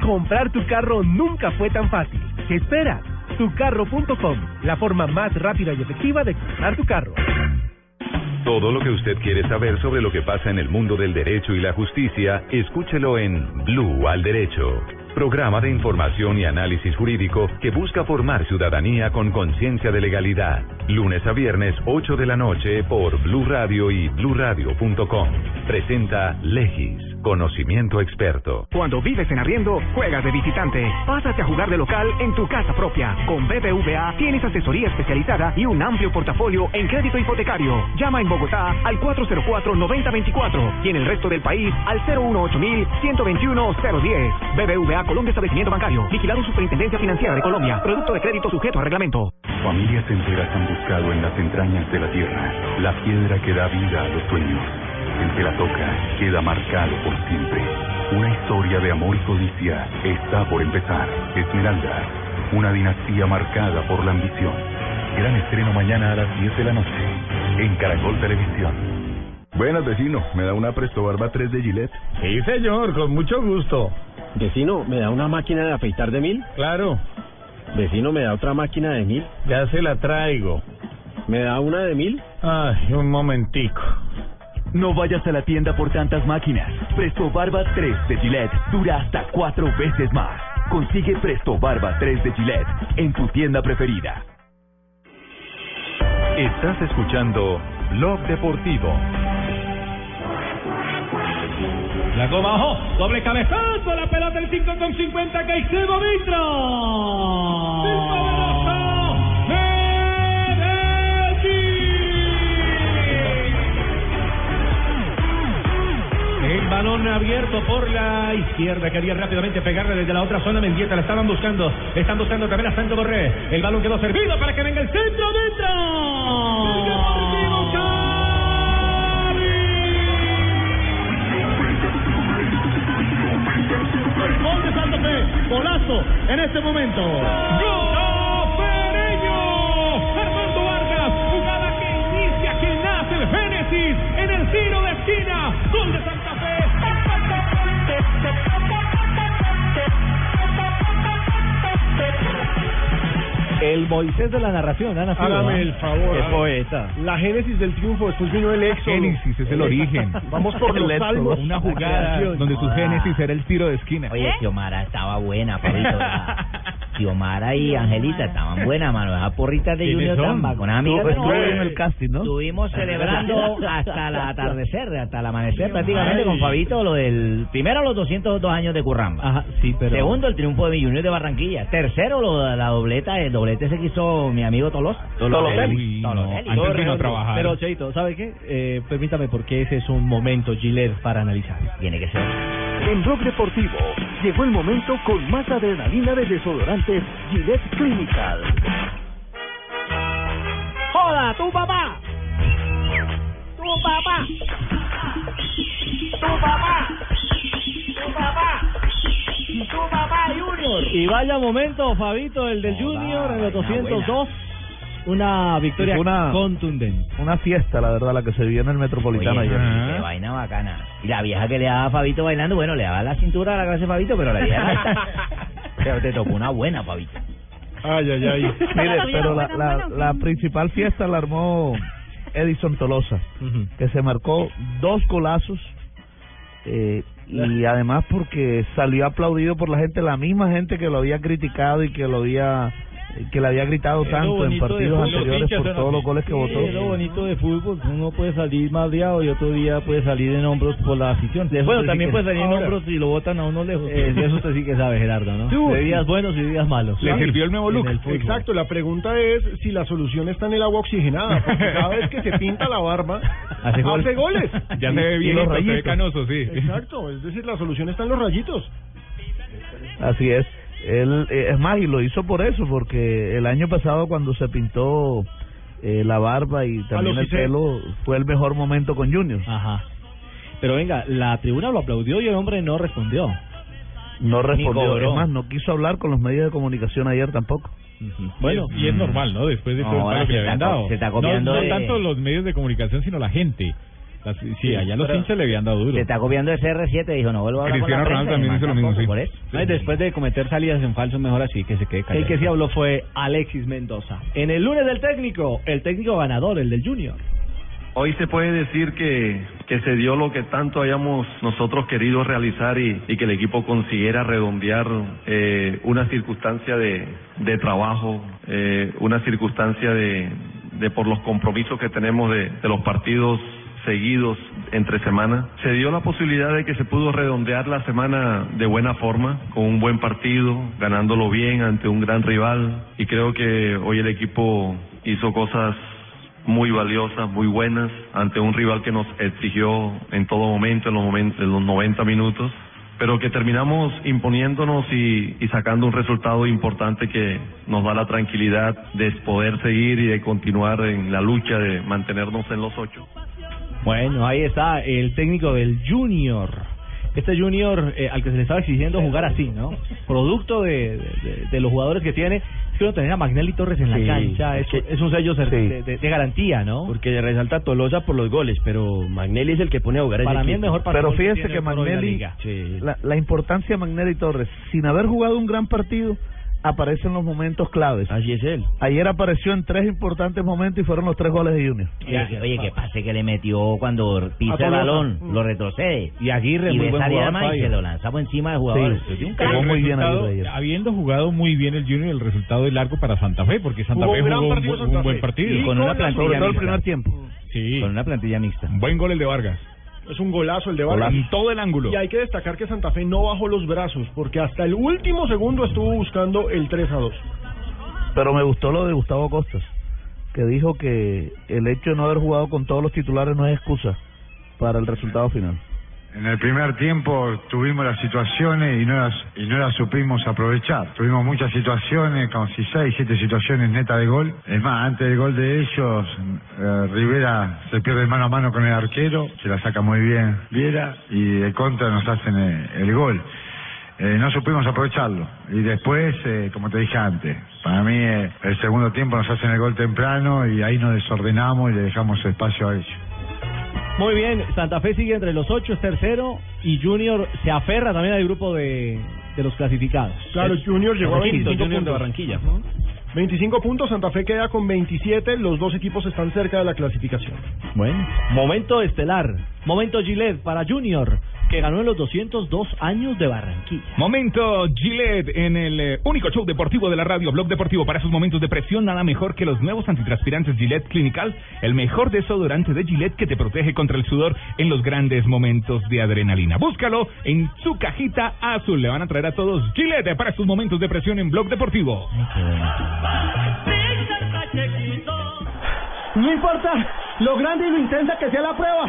S6: Comprar tu carro nunca fue tan fácil. ¿Qué esperas? Tucarro.com, la forma más rápida y efectiva de comprar tu carro.
S3: Todo lo que usted quiere saber sobre lo que pasa en el mundo del derecho y la justicia, escúchelo en Blue al Derecho.
S29: programa de información y análisis jurídico que busca formar ciudadanía con conciencia de legalidad. Lunes a viernes, 8 de la noche, por Blue Radio y bluradio.com. Presenta Legis, conocimiento experto.
S5: Cuando vives en arriendo, juegas de visitante. Pásate a jugar de local en tu casa propia. Con BBVA tienes asesoría especializada y un amplio portafolio en crédito hipotecario. Llama en Bogotá al 404-9024 y en el resto del país al 018-121-010. BBVA Colombia Establecimiento Bancario. Vigilado Superintendencia Financiera de Colombia. Producto de crédito sujeto a reglamento.
S3: Familias enteras han buscado en las entrañas de la tierra la piedra que da vida a los sueños. El que la toca queda marcado por siempre. Una historia de amor y codicia está por empezar. Esmeralda, una dinastía marcada por la ambición. Gran estreno mañana a las 10 de la noche en Caracol Televisión.
S30: Buenas, vecino. ¿Me da una Presto Barba 3 de Gillette?
S31: Sí, señor, con mucho gusto.
S32: Vecino, ¿me da una máquina de afeitar de mil?
S31: Claro,
S32: Vecino, ¿me da otra máquina de mil?
S31: ya se la traigo.
S32: ¿Me da una de mil?
S31: Ay, un momentico.
S2: No vayas a la tienda por tantas máquinas. Presto Barba 3 de Gillette dura hasta cuatro veces más. Consigue Presto Barba 3 de Gillette en tu tienda preferida.
S29: Estás escuchando Blog Deportivo.
S6: La goma abajo, doble cabezazo, la pelota del 5 con 50, Caicedo Vitro.
S4: El balón abierto por la izquierda. Quería rápidamente pegarle desde la otra zona. Mendieta la estaban buscando. Están buscando también a Santo Borré. El balón quedó servido para que venga el centro dentro.
S6: Gol de Santa Fe, golazo en este momento.
S4: ¡Gol Pereño! Armando Vargas, jugada que inicia, que nace el Génesis en el tiro de esquina. Gol de Santa Fe.
S6: El Moisés de la narración, Ana Silva.
S11: Hágame el favor.
S6: Qué
S11: hágame.
S6: poeta.
S11: La génesis del triunfo, después vino el éxodo.
S15: Génesis es el origen.
S11: Vamos por los
S15: El éxodo.
S11: salmos.
S15: Una jugada
S11: Creación.
S15: donde su génesis era el tiro de esquina.
S13: Oye, Xiomara estaba buena, Pablito. ¿verdad? Xiomara y Angelita estaban buenas, mano. Esas porritas de
S17: ¿Quiénes
S13: Junior
S17: son?
S13: tan baconadas,
S17: Tú,
S13: amigas.
S17: pues,
S13: no,
S17: tú eres
S13: eh,
S17: en el casting, ¿no?
S13: Estuvimos celebrando hasta el atardecer, hasta el amanecer prácticamente
S17: Ay.
S13: con Fabito. Lo del, primero, los 202 años de Curramba.
S17: Ajá, sí, pero...
S13: Segundo, el triunfo de mi Junior de Barranquilla. Tercero, lo- la dobleta, el doblete se quiso mi amigo Tolos. Tolotelli.
S6: Tolotelli.
S13: Tolotelli.
S6: Todo
S13: Todo
S6: redondo.
S13: redondo.
S6: Pero, Cheito, ¿sabe qué? Eh, permítame, porque ese es un momento, Gillette, para analizar.
S13: Tiene que ser.
S33: En Blog Deportivo llegó el momento con más adrenalina de desodorantes Gillette Clinical.
S34: Joda, tu papá. Tu papá. Tu papá. Tu papá. Tu papá, Junior.
S6: Y vaya momento, Fabito, el del Junior en los 202. Una victoria
S17: Fue una-
S6: contundente.
S17: Una fiesta, la verdad, la que se vio en el Metropolitano
S13: Oye,
S17: ayer.
S13: qué vaina bacana. Y la vieja que le daba a Fabito bailando, bueno, le daba la cintura a la clase de Fabito, pero la vieja... pero te tocó una buena, Fabito.
S11: Ay, ay, ay.
S17: Mire, pero la, la, la principal fiesta la armó Edison Tolosa, que se marcó dos golazos eh, y además porque salió aplaudido por la gente, la misma gente que lo había criticado y que lo había que le había gritado
S6: Es lo
S17: tanto en
S6: bonito de
S17: partidos
S6: fútbol, los
S17: anteriores
S6: hinchas
S17: por
S6: son
S17: todos
S6: así.
S17: los goles que
S6: Sí,
S17: votó.
S6: es lo bonito de fútbol, uno puede salir madreado y otro día puede salir en hombros por la afición.
S17: Bueno, también puede salir en hombros
S6: si lo botan a uno lejos. Eh, eso usted sí que sabe, Gerardo, ¿no? De días buenos y días malos.
S11: Le sirvió el
S6: nuevo look.
S11: Exacto, la pregunta es si la solución está en el agua oxigenada, porque cada vez que se pinta la barba, hace, goles.
S35: Ya se ve
S11: Y- y
S35: bien,
S11: los
S35: se ve
S11: rayitos.
S35: canoso, sí.
S11: Exacto, es decir, la solución está en los rayitos.
S17: Así es. Él, eh, es más, y lo hizo por eso, porque el año pasado cuando se pintó eh, la barba y también
S6: lo
S17: el
S6: Cissé.
S17: pelo, fue el mejor momento con Junior.
S6: Ajá. Pero venga, la tribuna lo aplaudió y el hombre no respondió.
S17: No
S6: Ni
S17: respondió.
S6: cobró.
S17: Es más, no quiso hablar con los medios de comunicación ayer tampoco.
S6: Bueno,
S15: y es normal, ¿no? Después de
S17: No,
S15: todo el
S17: ahora
S15: palo
S17: se
S15: que le
S17: está
S15: habían
S17: co-
S15: dado.
S17: se está
S15: No-
S17: copiando
S15: no,
S17: de-
S15: tanto los medios de comunicación, sino la gente. Las- sí,
S13: Sí,
S15: allá los
S13: pero-
S15: hinchas le habían dado duro.
S13: Se está copiando de CR7, dijo, no vuelvo a hablar con la
S15: Cristiano Ronaldo
S13: prensa,
S15: también
S13: ni
S15: hizo lo
S13: más
S15: mismo,
S13: tampoco,
S15: sí.
S13: por eso.
S6: No, y después de cometer salidas en falso, mejor así que se quede callado. El que sí habló fue Alexis Mendoza. En el lunes del técnico, el técnico ganador, el del Junior.
S36: Hoy se puede decir que, que se dio lo que tanto hayamos nosotros querido realizar y, y que el equipo consiguiera redondear eh, una circunstancia de, de trabajo, eh, una circunstancia de, de por los compromisos que tenemos de, de los partidos seguidos entre semana. Se dio la posibilidad de que se pudo redondear la semana de buena forma, con un buen partido, ganándolo bien ante un gran rival y creo que hoy el equipo hizo cosas muy valiosas, muy buenas, ante un rival que nos exigió en todo momento, en los, momentos, en los 90 minutos, pero que terminamos imponiéndonos y, y sacando un resultado importante que nos da la tranquilidad de poder seguir y de continuar en la lucha de mantenernos en los ocho.
S6: Bueno, ahí está el técnico del Junior. Este Junior eh, al que se le estaba exigiendo jugar así, ¿no? Producto de, de- de los jugadores que tiene. Es que uno tener a Magnelli Torres en
S8: Sí,
S6: la cancha es,
S8: que-
S6: es un sello cer-
S8: Sí.
S6: de, de- de garantía, ¿no?
S8: Porque le resalta a Tolosa por los goles, pero Magnelli es el que pone a jugar a ese
S6: Para mí el
S8: equipo.
S6: mejor
S37: Pero fíjese que Magnelli, la, la importancia de Magnelli Torres, sin haber jugado un gran partido, aparece en los momentos claves.
S8: Así es él.
S37: Ayer apareció en tres importantes momentos y fueron los tres goles de Junior.
S15: Eh,
S13: Oye, oye, que pase que le metió cuando
S37: A
S13: pisa
S37: Tolosa.
S13: el balón,
S37: Mm.
S13: lo retrocede.
S6: Y Aguirre,
S13: y
S15: muy
S13: ve
S15: buen
S13: salir
S15: jugador,
S13: además y
S15: Fabio.
S13: se lo lanzamos encima de jugador.
S15: Sí.
S13: Es un
S15: Pero
S13: crack.
S15: el resultado- Habiendo jugado muy bien el Junior, el resultado es largo para Santa Fe, porque Santa
S8: Jugó
S15: Fe
S8: un
S15: jugó
S8: gran
S15: un,
S8: partido
S15: buen-
S8: Santa
S15: un buen
S8: Fe.
S15: partido.
S8: Y con una plantilla Sobre todo el mixta. primer
S37: tiempo.
S15: Sí.
S8: Con una plantilla mixta.
S15: Buen gol el de Vargas.
S11: Es un golazo el de Vargas.
S15: Golazo. En todo el ángulo.
S11: Y hay que destacar que Santa Fe no bajó los brazos, porque hasta el último segundo estuvo buscando el 3 a 2.
S37: Pero me gustó lo de Gustavo Costas, que dijo que el hecho de no haber jugado con todos los titulares no es excusa para el resultado final.
S18: En el primer tiempo tuvimos las situaciones y no las, y no las supimos aprovechar. Tuvimos muchas situaciones, casi seis, siete situaciones netas de gol. Es más, antes del gol de ellos, eh, Rivera se pierde mano a mano con el arquero, se la saca muy bien Viera y de contra nos hacen el, el gol. Eh, no supimos aprovecharlo. Y después, eh, como te dije antes, para mí eh, el segundo tiempo nos hacen el gol temprano y ahí nos desordenamos y le dejamos espacio a ellos.
S6: Muy bien, Santa Fe sigue entre los ocho, es tercero. Y Junior se aferra también al grupo de, de los clasificados.
S11: Claro,
S6: Es-
S11: Junior llegó a
S6: Quito,
S11: 25
S6: Junior de
S11: puntos.
S6: Barranquilla.
S11: 25 puntos, Santa Fe queda con 27, los dos equipos están cerca de la clasificación.
S6: Bueno, momento estelar, momento Gillette para Junior, que ganó en los 202 años de Barranquilla.
S5: Momento Gillette en el eh, único show deportivo de la radio Blog Deportivo. Para esos momentos de presión, nada mejor que los nuevos antitranspirantes Gillette Clinical, el mejor desodorante de Gillette que te protege contra el sudor en los grandes momentos de adrenalina. Búscalo en su cajita azul. Le van a traer a todos Gillette eh, para esos momentos de presión en Blog Deportivo.
S38: No importa lo grande y lo intensa que sea la prueba.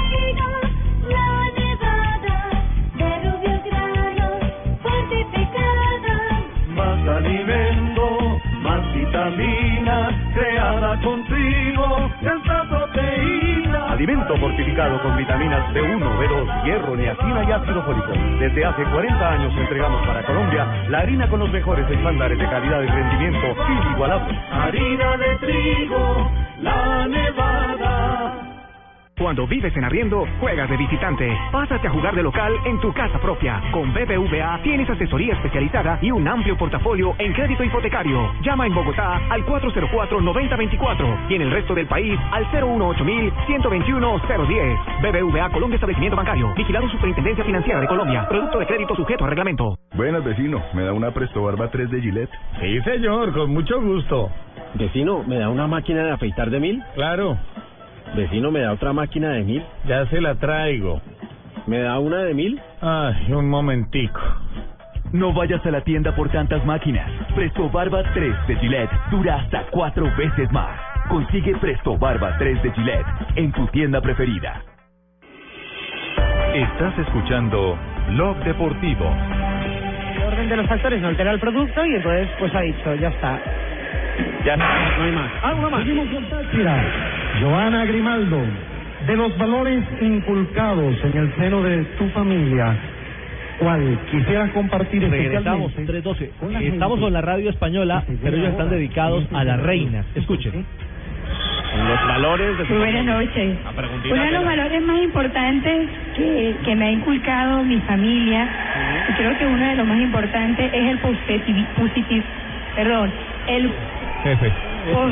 S4: Más alimento, más vitamina, creada con trigo, tanta proteína. Alimento fortificado con vitaminas B1, B2, hierro, niacina y ácido fólico. Desde hace 40 años entregamos para Colombia la harina con los mejores estándares de calidad y rendimiento inigualables. Harina de trigo, la nevada.
S39: Cuando vives en arriendo, juegas de visitante. Pásate a jugar de local en tu casa propia. Con BBVA tienes asesoría especializada y un amplio portafolio en crédito hipotecario. Llama en Bogotá al 404-9024 y en el resto del país al 018-121-010. BBVA Colombia Establecimiento Bancario. Vigilado Superintendencia Financiera de Colombia. Producto de crédito sujeto a reglamento.
S40: Buenas, vecino. ¿Me da una Presto Barba 3 de Gillette?
S36: Sí, señor, con mucho gusto. Vecino, ¿me da una máquina de afeitar de mil? Claro. Vecino, ¿me da otra máquina de mil? Ya se la traigo. ¿Me da una de mil?
S41: Ay, un momentico.
S2: No vayas a la tienda por tantas máquinas. Presto Barba 3 de Gillette dura hasta cuatro veces más. Consigue Presto Barba 3 de Gillette en tu tienda preferida.
S3: Estás escuchando Blog Deportivo.
S42: El orden de los factores no altera el producto y entonces pues ha dicho, ya está.
S3: Ya
S42: No hay más. Ah, una más.
S4: Mira, Joana Grimaldo, de los valores inculcados en el seno de tu familia, cual quisiera compartir
S6: Regresamos,
S4: especialmente
S6: 312.
S4: con la
S6: Estamos
S4: gente
S6: con la radio española,
S4: que se
S6: pero
S4: ve
S6: ellos están
S4: ahora
S6: dedicados
S4: en este
S6: a las
S4: momento.
S6: reinas. Escuchen.
S43: Los valores de su
S10: Buenas
S43: familia.
S10: noches.
S43: A preguntar
S10: Uno de los
S43: a-
S10: valores más importantes que, que me ha inculcado mi familia, y creo que uno de los más importantes es el positivi- positiv- perdón, el...
S44: Jefe.
S10: oh,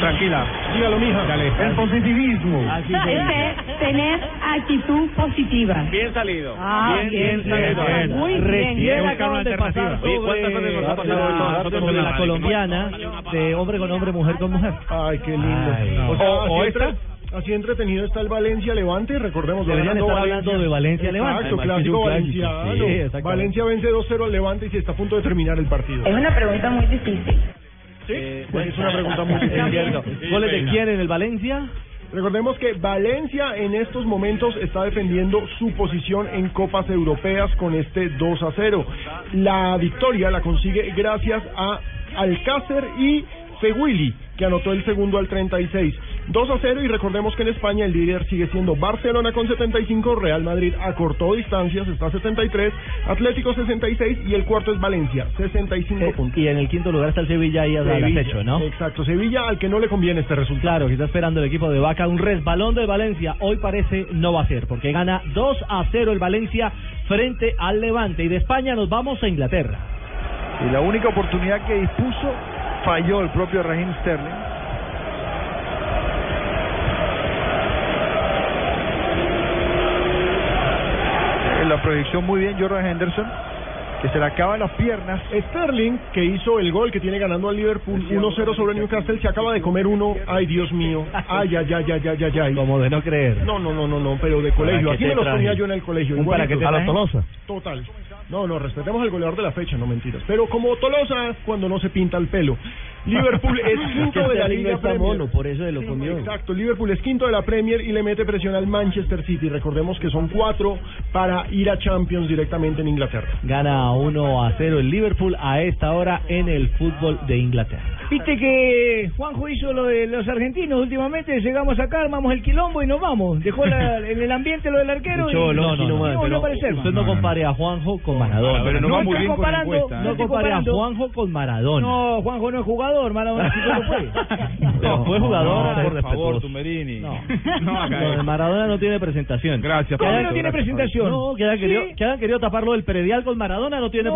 S44: Tranquila. Dígalo, mija. El positivismo.
S10: no, este, tener actitud positiva.
S43: Bien salido.
S10: Ah, bien, bien, bien. Muy bien.
S6: Recién
S10: Buscar
S6: acaban
S10: una
S6: de pasar
S43: Oye, ¿cuántas cosas nos ha
S6: sobre
S43: pasado hoy con
S6: la,
S43: nosotros
S6: sobre
S43: en
S6: la
S43: la radio?
S6: colombiana de hombre con hombre, mujer con mujer.
S11: Ay, qué lindo. O, sea, así, entre- así entretenido está el Valencia Levante, recordemos.
S6: Deberían
S11: ganando
S6: estar hablando de Valencia Levante.
S11: Exacto,
S6: Además, que es
S11: clásico
S6: un clásico,
S11: valenciano.
S6: sí, exactamente.
S11: Valencia vence 2-0 al Levante y se está a punto de terminar el partido.
S45: Es una pregunta muy difícil.
S11: Pues es una pregunta muy
S6: Es cierto. ¿Goles de quién
S11: en el Valencia? Recordemos que Valencia en estos momentos está defendiendo su posición en Copas Europeas con este 2 a 0. La victoria la consigue gracias a Alcácer y Seguili, que anotó el segundo al 36. 2 a 0 y recordemos que en España el líder sigue siendo Barcelona con 75, Real Madrid acortó distancias, está a 73, Atlético 66 y el cuarto es Valencia, 65 puntos.
S6: Y en el quinto lugar está el Sevilla ahí al
S11: Sevilla,
S6: acecho, ¿no?
S11: Exacto, Sevilla al que no le conviene este resultado.
S6: Claro, que está esperando el equipo de Vaca. Un resbalón del Valencia. Hoy parece no va a ser, porque gana 2 a 0 el Valencia frente al Levante. Y de España nos vamos a Inglaterra.
S46: Y la única oportunidad que dispuso falló el propio Raheem Sterling. Eh, La proyección muy bien, Jordan Henderson, que se le acaba en las piernas.
S11: Sterling, que hizo el gol que tiene ganando al Liverpool 1-0 sobre Newcastle, se acaba de comer uno. Ay, Dios mío. Ay, ay, ay, ay, ay, ay, ay.
S6: Como de no creer.
S11: No, no, no, no, no, pero de colegio.
S6: qué
S11: Aquí
S6: te
S11: me los
S6: traje?
S11: ponía yo en el colegio.
S6: ¿Un para qué te
S11: a la
S6: traje?
S11: Tolosa. Total. No, no, respetemos al goleador de la fecha, no mentiras. Pero como Tolosa, cuando no se pinta el pelo. Liverpool es
S6: este
S11: quinto de la Liga Premier.
S6: por eso se lo comió.
S11: Exacto, Liverpool es quinto de la Premier y le mete presión al Manchester City. Recordemos que son cuatro para ir a Champions directamente en Inglaterra.
S6: Gana 1 a 0 el Liverpool a esta hora en el fútbol de Inglaterra.
S17: Viste que Juanjo hizo lo de los argentinos últimamente, llegamos acá, armamos el quilombo y nos vamos. Dejó la- en el ambiente lo del arquero y
S6: Yo,
S17: no,
S6: no, no, no,
S17: volvió a
S6: pero
S17: aparecer.
S6: Usted no compare a Juanjo con Maradona.
S17: Pero no va No muy estoy bien con la comparando, encuesta, ¿eh? no
S6: No
S17: estoy
S6: compare a
S17: comparando.
S6: Juanjo con Maradona.
S17: No, Juanjo no es jugador, Maradona sí que lo fue.
S6: No, fue jugador.
S17: no,
S6: es
S17: por
S6: respetuoso.
S17: favor,
S6: Tumberini. No,
S17: acá
S6: Lo de
S17: es.
S6: Maradona no tiene presentación. Gracias,
S17: ¿Cómo Pablito, no tiene gracias, presentación? Pablito.
S6: No, que haya
S17: Sí.
S6: querido, que haya querido taparlo del predial con Maradona no tiene
S17: No,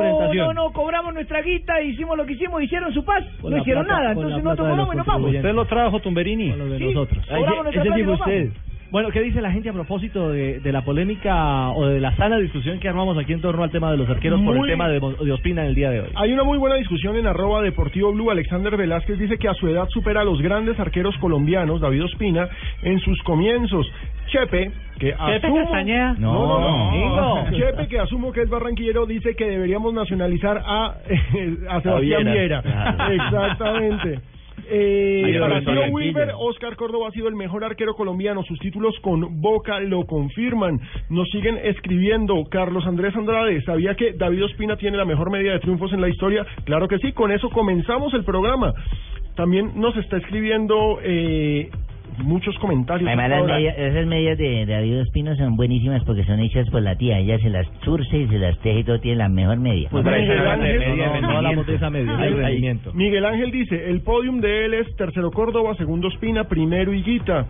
S17: no,
S6: presentación.
S17: no, cobramos nuestra guita, hicimos lo que hicimos, hicieron su paz,
S6: Con
S17: no
S6: la
S17: hicieron
S6: plata-
S17: nada,
S6: con la
S17: entonces no
S6: plata de los
S17: tomamos y nos vamos.
S6: contribuyentes.
S17: lo
S6: trajo Tumberini? Con lo de
S17: Sí,
S6: nosotros.
S17: cobramos Ay, nuestra ese plata y sí nos fue vamos. usted.
S6: Bueno, ¿qué dice la gente a propósito de, de la polémica o de la sana discusión que armamos aquí en torno al tema de los arqueros por el
S11: Muy-
S6: tema de, Mo- de Ospina en el día de hoy?
S11: Hay una muy buena discusión en arroba deportivo blue. Alexander Velázquez dice que a su edad supera a los grandes arqueros colombianos, David Ospina, en sus comienzos. Chepe, que
S9: ¿Chepe
S11: asumo...
S9: Castañeda?
S11: No, no, no.
S9: No, amigo.
S11: Chepe, que asumo que es barranquillero, dice que deberíamos nacionalizar a, a Sebastián
S9: Viera.
S11: Viera.
S9: Claro.
S11: Exactamente. Eh,
S9: Ahí lo
S11: para
S9: resolvió
S11: Tío
S9: Quillo.
S11: Wilber, Oscar Córdoba ha sido el mejor arquero colombiano. Sus títulos con Boca lo confirman. Nos siguen escribiendo. Carlos Andrés Andrade, ¿sabía que David Ospina tiene la mejor media de triunfos en la historia? Claro que sí, con eso comenzamos el programa. También nos está escribiendo eh, muchos comentarios.
S13: Además,
S11: hasta
S13: las
S11: ahora.
S13: medias- esas medias de David Espino son buenísimas porque son hechas por la tía. Ella se las surce y se las teje y todo tiene la mejor media.
S11: Pues Miguel Ángel-
S6: no, no hablamos de esa media, es
S11: Ahí-
S6: de rendimiento.
S11: Miguel Ángel dice, el podium de él es tercero Córdoba, segundo Espina, primero Higuita.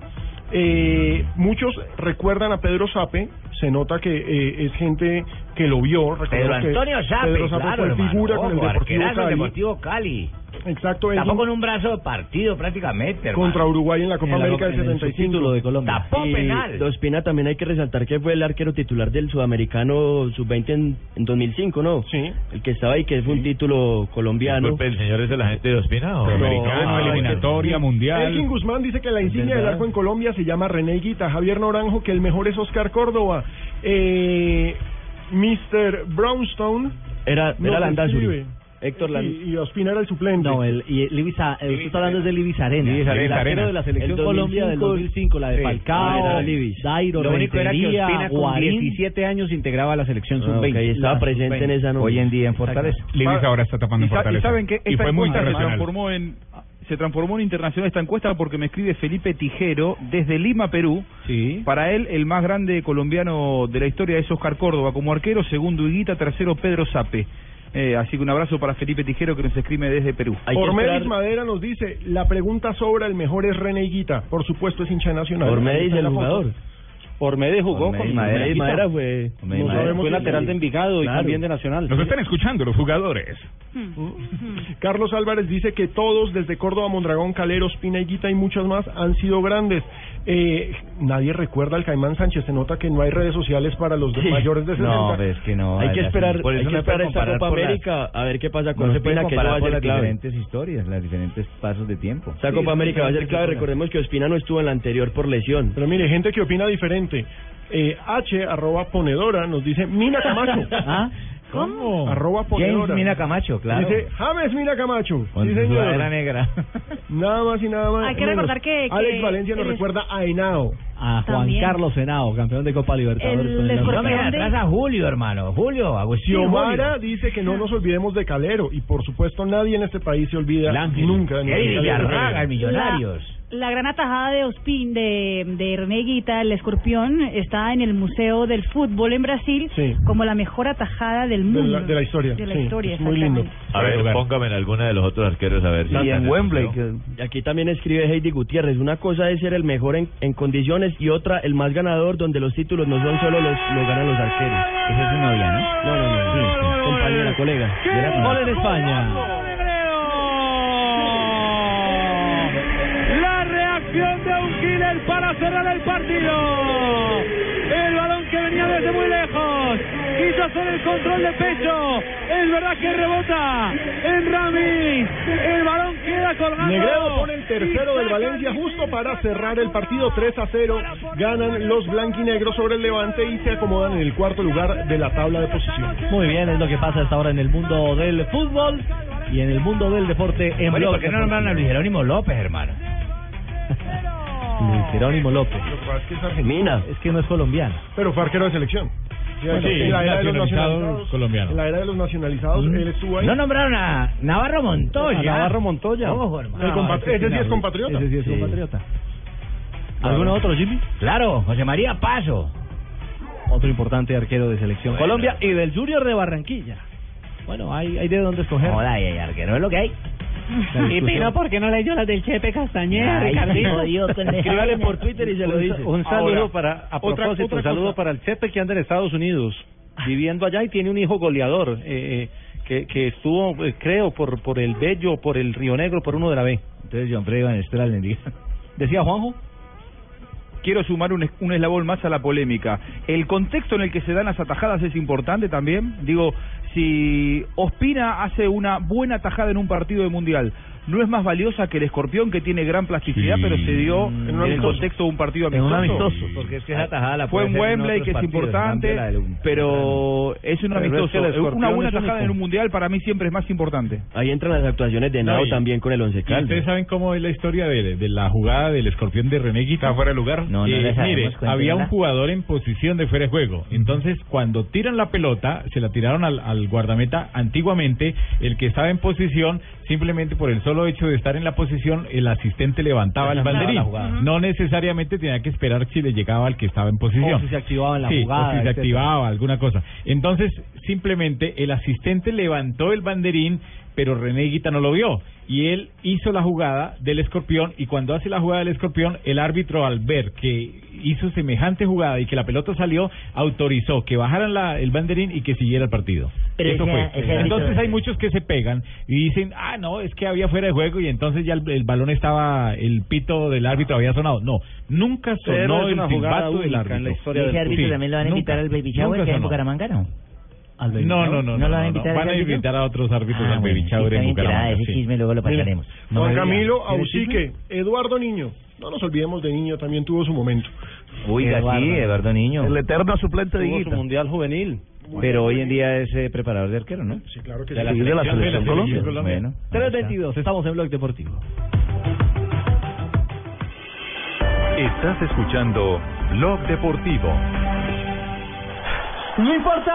S11: Eh, muchos recuerdan a Pedro Sape, se nota que eh, es gente que lo vio.
S13: Pedro
S11: recordemos que
S13: Antonio Sape,
S11: Pedro Sape
S13: claro,
S11: fue
S13: hermano,
S11: figura con el
S13: ojo,
S11: Deportivo
S13: arquerazo del
S11: Cali.
S13: Deportivo Cali.
S11: Exacto, es
S13: Tapó
S11: un-
S13: con un brazo de partido prácticamente. hermano.
S11: contra Uruguay en la Copa
S13: En la
S11: América del
S13: Copa- en el
S11: 75.
S13: subtítulo de Colombia. Tapó
S8: Y
S13: penal.
S8: de Ospina también hay que resaltar que fue el arquero titular del sudamericano sub-20 en, en 2005, ¿no?
S11: Sí.
S8: El que estaba ahí, que fue un título colombiano.
S14: Disculpe, ¿el señor es de la gente de Ospina o
S8: No,
S14: americano,
S8: no,
S14: eliminatoria, mundial?
S11: Elkin Guzmán dice que la insignia del
S14: ¿Verdad?
S11: arco en Colombia se llama René Guita, Javier Naranjo, que el mejor es Oscar Córdoba. Eh, Mr. Brownstone.
S8: Era,
S11: nos
S8: era Landazuri.
S11: escribe.
S8: Héctor Landazuri.
S11: Y, y Ospina era el suplente.
S6: No, el, y el Ibiza, eh, usted está hablando es del Ibis Arena.
S8: Ibis
S6: el
S8: Arena.
S6: arquero de la selección
S8: El
S6: Colombia del
S8: 2005,
S6: 2005, la de
S8: sí.
S6: Falcao,
S8: Ah, era el Ibis.
S6: Dairo,
S8: Lo único era que
S6: Rentería,
S8: Ospina con
S6: Guarín.
S8: 17
S6: años integraba la selección
S8: Ah, ok, estaba presente en esa, ¿no? Hoy en día en Fortaleza.
S14: Libis ahora está tapando
S8: Y sa- y
S14: Fortaleza.
S8: saben que
S14: Y
S8: esta
S14: fue muy
S8: encuesta se
S14: internacional.
S8: transformó
S14: en... se transformó en internacional esta encuesta porque me escribe Felipe Tijero desde Lima, Perú. Para él, el más grande colombiano de la historia es Oscar Córdoba como arquero, segundo Higuita, tercero Pedro Sape. Eh, así que un abrazo para Felipe Tijero que nos escribe desde Perú.
S11: Ormelis Madera nos dice, la pregunta sobra, el mejor es René Higuita. Por supuesto, es hincha de nacional.
S8: Ormelis,
S11: Ahí está
S8: el
S11: la foto.
S8: jugador.
S5: Ormedes jugó
S8: Ormedes
S5: con
S8: Madera.
S5: Ormedes Madera fue,
S8: Ormedes
S5: no
S8: Madera.
S5: sabemos fue
S8: Sí.
S5: lateral de Envigado y
S11: Claro.
S5: también de Nacional.
S11: Nos están escuchando los jugadores. Carlos Álvarez dice que todos, desde Córdoba, Mondragón, Calero, Espina, Higuita y muchas más, han sido grandes. Eh, nadie recuerda al Caimán Sánchez. Se nota que no hay redes sociales para los de- mayores de 60.
S8: No, es que no. Hay que esperar,
S15: Por eso
S8: hay que
S15: no
S8: esperar
S15: puede
S8: esta
S15: comparar
S8: Copa
S15: por la-
S8: América a ver qué pasa con
S15: No se
S8: ese
S15: puede
S8: que no va
S15: comparar
S8: a
S15: por
S8: ser
S15: las
S8: clave.
S15: diferentes historias, los diferentes pasos de tiempo.
S8: Esta Copa América va a ser clave. Recordemos que Ospina no estuvo en la anterior por lesión.
S11: Pero mire, gente que opina diferente. Eh, H, arroba ponedora, nos dice Mina Camacho.
S8: ¿Ah?
S11: ¿Cómo? Arroba ponedora.
S8: James Mina Camacho, claro.
S11: Dice James Mina Camacho.
S8: Con
S11: sí,
S8: su
S11: señor.
S8: sudadera
S15: negra.
S11: Nada más y nada más.
S10: Hay que recordar que- que
S11: Alex Valencia nos
S10: el-
S11: recuerda a Henao.
S6: A Juan
S10: También.
S6: Carlos Henao, campeón de Copa Libertadores.
S10: El
S6: con el
S10: escorpión
S6: Nacional.
S10: de- No me atrás a
S6: Julio, hermano. Julio, Agustín.
S11: Xiomara dice que no nos olvidemos de Calero y por supuesto nadie en este país se olvida nunca. de Calero.
S10: La, la gran atajada de Ospín, de, de René Guita, el escorpión, está en el Museo del Fútbol en Brasil
S36: Sí.
S10: como la mejor atajada del
S36: De
S10: mundo.
S36: la- de la historia,
S10: De la
S36: sí,
S10: historia,
S36: es muy lindo.
S10: exactamente.
S36: A ver, póngame en alguna de los otros arqueros a ver.
S8: Y en Wembley. Y aquí también escribe Heidi Gutiérrez. Una cosa es ser el mejor en, en condiciones y otra el más ganador, donde los títulos no son solo los, los ganan los arqueros. Esa es su novia, ¿no? No, no, no. sí, compañera, colega. Era-
S6: Gol en España.
S4: La reacción de un killer para cerrar el partido. El balón que venía desde muy lejos. Quiso hacer el control de pecho. Es verdad que rebota en Ramis. El balón queda colgando.
S11: Negredo pone el tercero del Valencia justo para cerrar el partido 3 a 0. Ganan los blanquinegros sobre el Levante y se acomodan en el cuarto lugar de la tabla de posición.
S6: Muy bien, es lo que pasa hasta ahora en el mundo del fútbol y en el mundo del deporte en
S13: Bueno, ¿y
S6: Blog
S13: por qué no
S6: Deportivo.
S13: nombraron a Luis Jerónimo López, hermano?
S6: Luis Jerónimo López.
S8: Mina.
S6: Es que no es colombiano.
S11: Pero fue arquero de selección.
S6: Bueno, sí,
S11: en la era de los
S6: nacionalizado
S11: nacionalizados.
S6: colombiano. Mm.
S11: En la era de los nacionalizados, Ah, él estuvo ahí.
S13: Mm. No nombraron a Navarro Montoya.
S11: A Navarro Montoya.
S13: Ojo, hermano. Ah,
S11: El compa- ese sí es compatriota.
S6: Ese sí es
S13: Sí.
S6: compatriota. ¿Alguno otro, Jimmy?
S13: Claro, José María Paso.
S6: Otro importante arquero de selección
S13: Bueno.
S6: Colombia y del Junior de Barranquilla. Bueno, hay, hay de dónde escoger.
S13: Joda, ay, ay, arquero es lo que hay.
S6: Y Pino,
S13: ¿por qué no leyó las del Chepe Castañeda,
S36: Ricardito?
S13: Escríbale por Twitter y se lo dice.
S36: Un saludo para, a
S13: otra-
S36: propósito,
S13: otra
S36: un saludo
S13: cosa.
S36: para el Chepe que anda en Estados Unidos, viviendo allá y tiene un hijo goleador, eh, eh, que, que estuvo, eh, creo, por, por el Bello, por el Río Negro, por uno de la B.
S6: Entonces, John Freddy Van Stralen, diga. Decía Juanjo.
S14: Quiero sumar un, es- un eslabón más a la polémica. ¿El contexto en el que se dan las atajadas es importante también? Digo, si Ospina hace una buena atajada en un partido de Mundial, ¿no es más valiosa que el Escorpión que tiene gran plasticidad,
S6: Sí.
S14: pero se dio
S6: En un
S14: en el
S6: amistoso.
S14: contexto de un partido
S6: En un
S14: amistoso?
S6: amistoso, porque es que esa atajada la
S14: Fue
S6: puede
S14: en
S6: hacer en
S14: Wembley,
S6: otros
S14: que es
S6: partidos, en
S14: importante,
S6: cambio, la del-
S14: pero es un
S6: Pero es que el
S14: amistoso.
S6: Escorpión
S14: Una buena
S6: es único.
S14: atajada en un Mundial para mí siempre es más importante.
S8: Ahí entran las actuaciones de Nao
S14: No, y-
S8: también con el Once
S15: ¿Y
S8: Caldas.
S15: ustedes saben cómo es la historia de, de la jugada del escorpión de René Guita fuera de lugar?
S8: No, no
S15: Eh,
S8: le sabemos,
S15: mire,
S8: cuéntenla.
S15: había un jugador en posición de fuera de juego. Entonces, cuando tiran la pelota, se la tiraron al, al guardameta. Antiguamente, el que estaba en posición, simplemente por el solo hecho de estar en la posición, el asistente levantaba el
S6: Levantaba
S15: banderín.
S6: la jugada.
S15: No necesariamente tenía que esperar si le llegaba al que estaba en posición.
S6: O si se activaba en la
S15: Sí, o
S6: jugada.
S15: si se
S6: etcétera.
S15: activaba alguna cosa. Entonces, simplemente el asistente levantó el banderín, pero René Guita no lo vio. Y él hizo la jugada del escorpión. Y cuando hace la jugada del escorpión, el árbitro, al ver que hizo semejante jugada y que la pelota salió, autorizó que bajaran la- el banderín y que siguiera el partido.
S13: Pero
S15: Eso
S13: ese-
S15: fue.
S13: ese árbitro-
S15: Entonces, hay muchos que se pegan y dicen, ah, no, es que había fuera de juego y entonces ya el, el balón estaba, el pito del árbitro había sonado. No, nunca
S13: Pero
S15: sonó el
S13: es una jugada
S15: silbato del
S13: única en
S15: árbitro.
S13: la
S15: Sí,
S13: historia
S15: sí, sí,
S13: del
S15: nunca. Nunca
S13: que hay en
S15: sonó.
S13: Bucaramanga, ¿no?
S6: Al
S13: Baby
S15: No,
S13: Shower.
S15: no, no,
S13: ¿No
S15: no,
S13: lo van a
S15: no,
S13: invitar al
S15: Van a
S13: Baby
S15: invitar a otros árbitros
S13: Ah,
S15: al
S13: bueno,
S15: Baby
S13: sí,
S15: Shower en
S13: también será,
S15: Bucaramanga.
S13: ese chisme luego lo pasaremos. No
S11: Juan
S13: me diga.
S11: Camilo
S13: ¿Tiene chisme?
S11: Ausique, Eduardo Niño. No nos olvidemos de Niño, también tuvo su momento.
S13: Oiga, sí, Eduardo Niño.
S11: El eterno suplente de
S13: Tuvo su
S11: Higuita.
S13: mundial juvenil. Pero hoy en día es eh, preparador de arquero, ¿no?
S11: Sí, claro que
S13: De
S11: sí.
S13: la
S11: Sí, de
S13: selección,
S11: la selección
S13: Colombia.
S11: Colombia.
S13: Bueno.
S6: 322, estamos en Blog Deportivo.
S3: Estás escuchando Blog Deportivo.
S47: No importa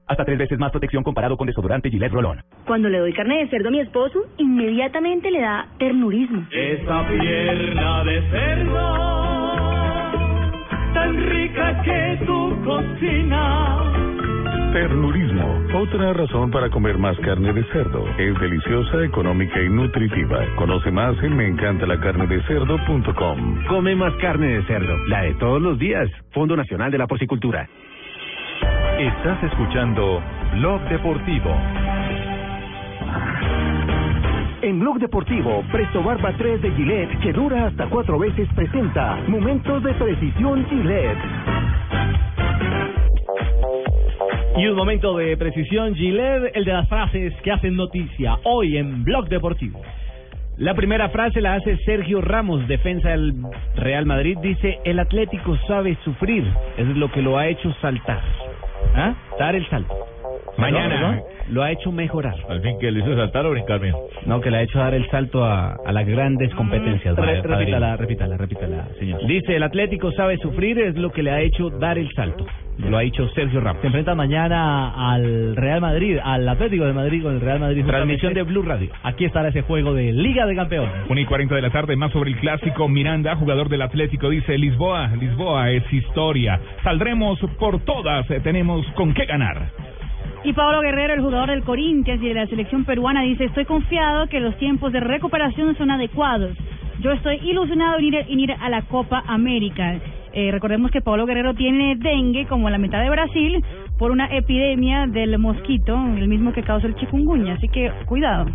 S2: Hasta tres veces más protección comparado con desodorante Gillette Rolón.
S48: Cuando le doy carne de cerdo a mi esposo, inmediatamente le da ternurismo.
S4: Esa pierna de cerdo, tan rica que tu cocina.
S3: Ternurismo, otra razón para comer más carne de cerdo. Es deliciosa, económica y nutritiva. Conoce más en meencantalacarnedecerdo.com.
S49: Come más carne de cerdo, la de todos los días. Fondo Nacional de la Porcicultura.
S50: Estás escuchando Blog Deportivo.
S51: En Blog Deportivo, Presto Barba 3 de Gillette, que dura hasta cuatro veces, presenta Momentos de Precisión Gillette.
S6: Y un momento de precisión, Giler, el de las frases que hacen noticia hoy en Blog Deportivo.
S13: La primera frase la hace Sergio Ramos, defensa del Real Madrid. Dice, el Atlético sabe sufrir. Es lo que lo ha hecho saltar. ¿Ah? Dar el salto.
S15: Mañana.
S13: Perdón, Lo ha hecho mejorar.
S15: Al fin que le hizo saltar o brincar bien.
S13: No, que le ha hecho dar el salto a, a las grandes competencias.
S15: Re-
S13: Madre-
S15: repítala,
S13: padre.
S15: repítala, repítala, señor.
S13: Dice, el Atlético sabe sufrir. Es lo que le ha hecho dar el salto. Lo ha dicho Sergio Ramos.
S6: Se enfrenta mañana al Real Madrid, al Atlético de Madrid con el Real Madrid.
S15: Transmisión
S6: de Blue Radio. Aquí estará ese juego de Liga de Campeones.
S5: 1 y 40 de la tarde, más sobre el clásico. Miranda, jugador del Atlético, dice: Lisboa, Lisboa es historia. Saldremos por todas, eh, tenemos con qué ganar.
S10: Y Pablo Guerrero, el jugador del Corinthians y de la selección peruana, dice, estoy confiado que los tiempos de recuperación son adecuados. Yo estoy ilusionado en ir, en ir a la Copa América. Eh, recordemos que Pablo Guerrero tiene dengue, como la mitad de Brasil, por una epidemia del mosquito, el mismo que causa el chikungunya. Así que cuidado.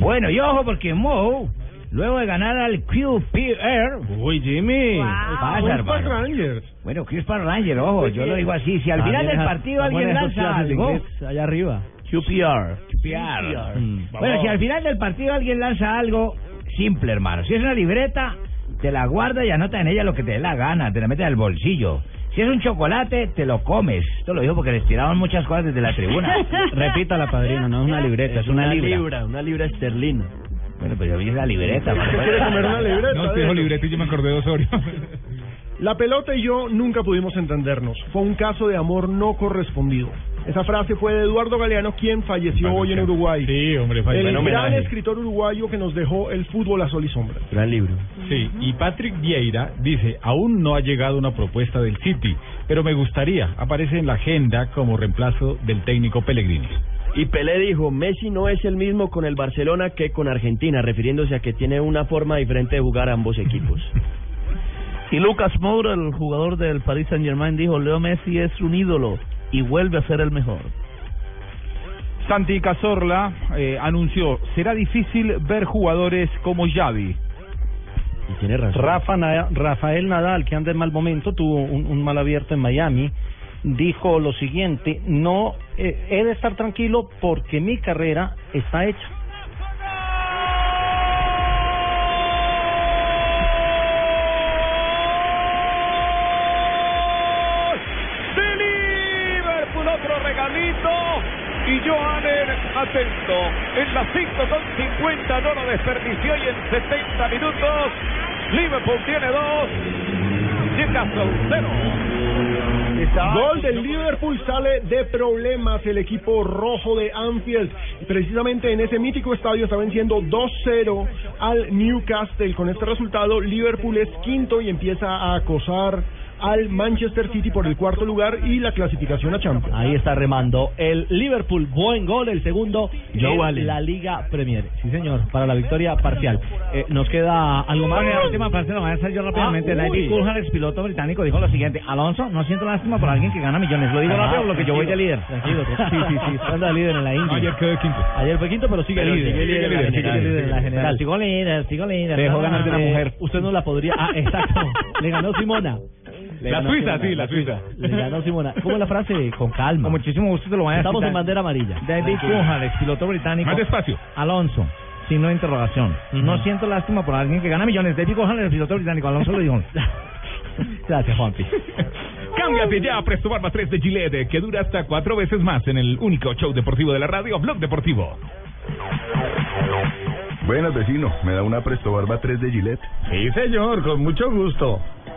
S15: Bueno, y ojo porque Mo, luego de ganar al QPR... Uy, Jimmy.
S11: Crispa
S15: Rangers. Bueno, Crispa Rangers, ojo, yo lo digo así. Si al final del partido alguien lanza algo...
S6: Allá arriba.
S15: QPR. QPR.
S6: Vamos.
S15: Mm. Bueno, si al final del partido alguien lanza algo, simple, hermano. Si es una libreta, te la guarda y anota en ella lo que te dé la gana, te la metes al bolsillo. Si es un chocolate, te lo comes. Esto lo dijo porque les tiraban muchas cosas desde la tribuna.
S6: este
S8: Repítala, padrino, no es una libreta, es una libra.
S15: una libra esterlina. Bueno, pues yo vi la libreta.
S11: ¿Usted quiere comer una libreta?
S5: No, usted dijo
S11: libreta
S5: y yo me acordé de Osorio.
S11: La pelota y yo nunca pudimos entendernos. Fue un caso de amor no correspondido. Esa frase fue de Eduardo Galeano, quien falleció hoy en Uruguay.
S15: Sí, hombre,
S11: El gran
S15: homenaje.
S11: escritor uruguayo que nos dejó el fútbol a sol y sombra.
S15: Gran libro.
S11: Sí,
S15: y Patrick Vieira dice, aún no ha llegado una propuesta del City, pero me gustaría. Aparece en la agenda como reemplazo del técnico Pellegrini.
S8: Y Pelé dijo, Messi no es el mismo con el Barcelona que con Argentina, refiriéndose a que tiene una forma diferente de jugar a ambos equipos.
S13: Y Lucas Moura, el jugador del Paris Saint Germain, dijo, Leo Messi es un ídolo y vuelve a ser el mejor.
S14: Santi Cazorla eh, anunció, será difícil ver jugadores como Xavi.
S52: Rafa Na- Rafael Nadal, que anda en mal momento, tuvo un, un mal abierto en Miami, dijo lo siguiente, no, eh, he de estar tranquilo porque mi carrera está hecha.
S15: de Liverpool, otro regalito. Y Johanen, atento, en las 5 con 50 no lo desperdició y en 70 minutos Liverpool tiene dos, Newcastle cero.
S4: pues,
S11: Gol del Liverpool sale de problemas el equipo rojo de Anfield. Y Precisamente en ese mítico estadio está venciendo 2-0 al Newcastle. Con este resultado, Liverpool es quinto y empieza a acosar al Manchester City por el cuarto lugar y la clasificación a Champions.
S6: Ahí está remando el Liverpool. Buen gol, el segundo
S11: Joe
S6: en
S11: Allen.
S6: la Liga Premier. Sí, señor, para la victoria parcial. Eh, nos queda algo más.
S13: Bueno, la última frase lo voy a hacer yo rápidamente.
S6: Ah, uy.
S13: David Coulthard, ex piloto británico, dijo lo siguiente: Alonso, no siento lástima por alguien que gana millones. Lo digo
S6: Ah,
S13: rápido, lo que yo voy de líder.
S6: tranquilo, Tranquilo, tranquilo. sí, sí, sí. Anda líder en la India.
S13: Ayer
S6: quedó quinto. Ayer fue quinto, pero sigue
S13: Pero
S6: líder.
S13: sigue líder en la
S6: sigue
S13: general.
S6: líder en la general.
S13: Pero sigo líder, sigo líder.
S6: Te dejó ganar de una
S13: Eh,
S6: mujer. Usted no la podría. Ah, exacto. Le ganó Simona. Le
S13: La
S6: ganó
S13: suiza,
S6: Simona,
S13: sí, la suiza.
S6: Le ganó Simona. ¿Cómo es la frase? Con calma. Con
S13: muchísimo gusto te lo voy a
S6: Estamos
S13: citar.
S6: en bandera amarilla.
S13: David
S6: Tranquilo.
S13: Coulthard, ex piloto británico.
S6: Más despacio.
S13: Alonso,
S53: signo de interrogación. No siento lástima por alguien que gana millones. David Gohan, el piloto británico, Alonso lo dijo. Gracias, Juanpi.
S9: Cámbiate ya a Presto Barba 3 de Gillette, que dura hasta cuatro veces más en el único show deportivo de la radio, Blog Deportivo.
S5: Buenas, vecino. ¿Me da una Presto Barba 3 de Gillette? Sí, señor, con mucho gusto.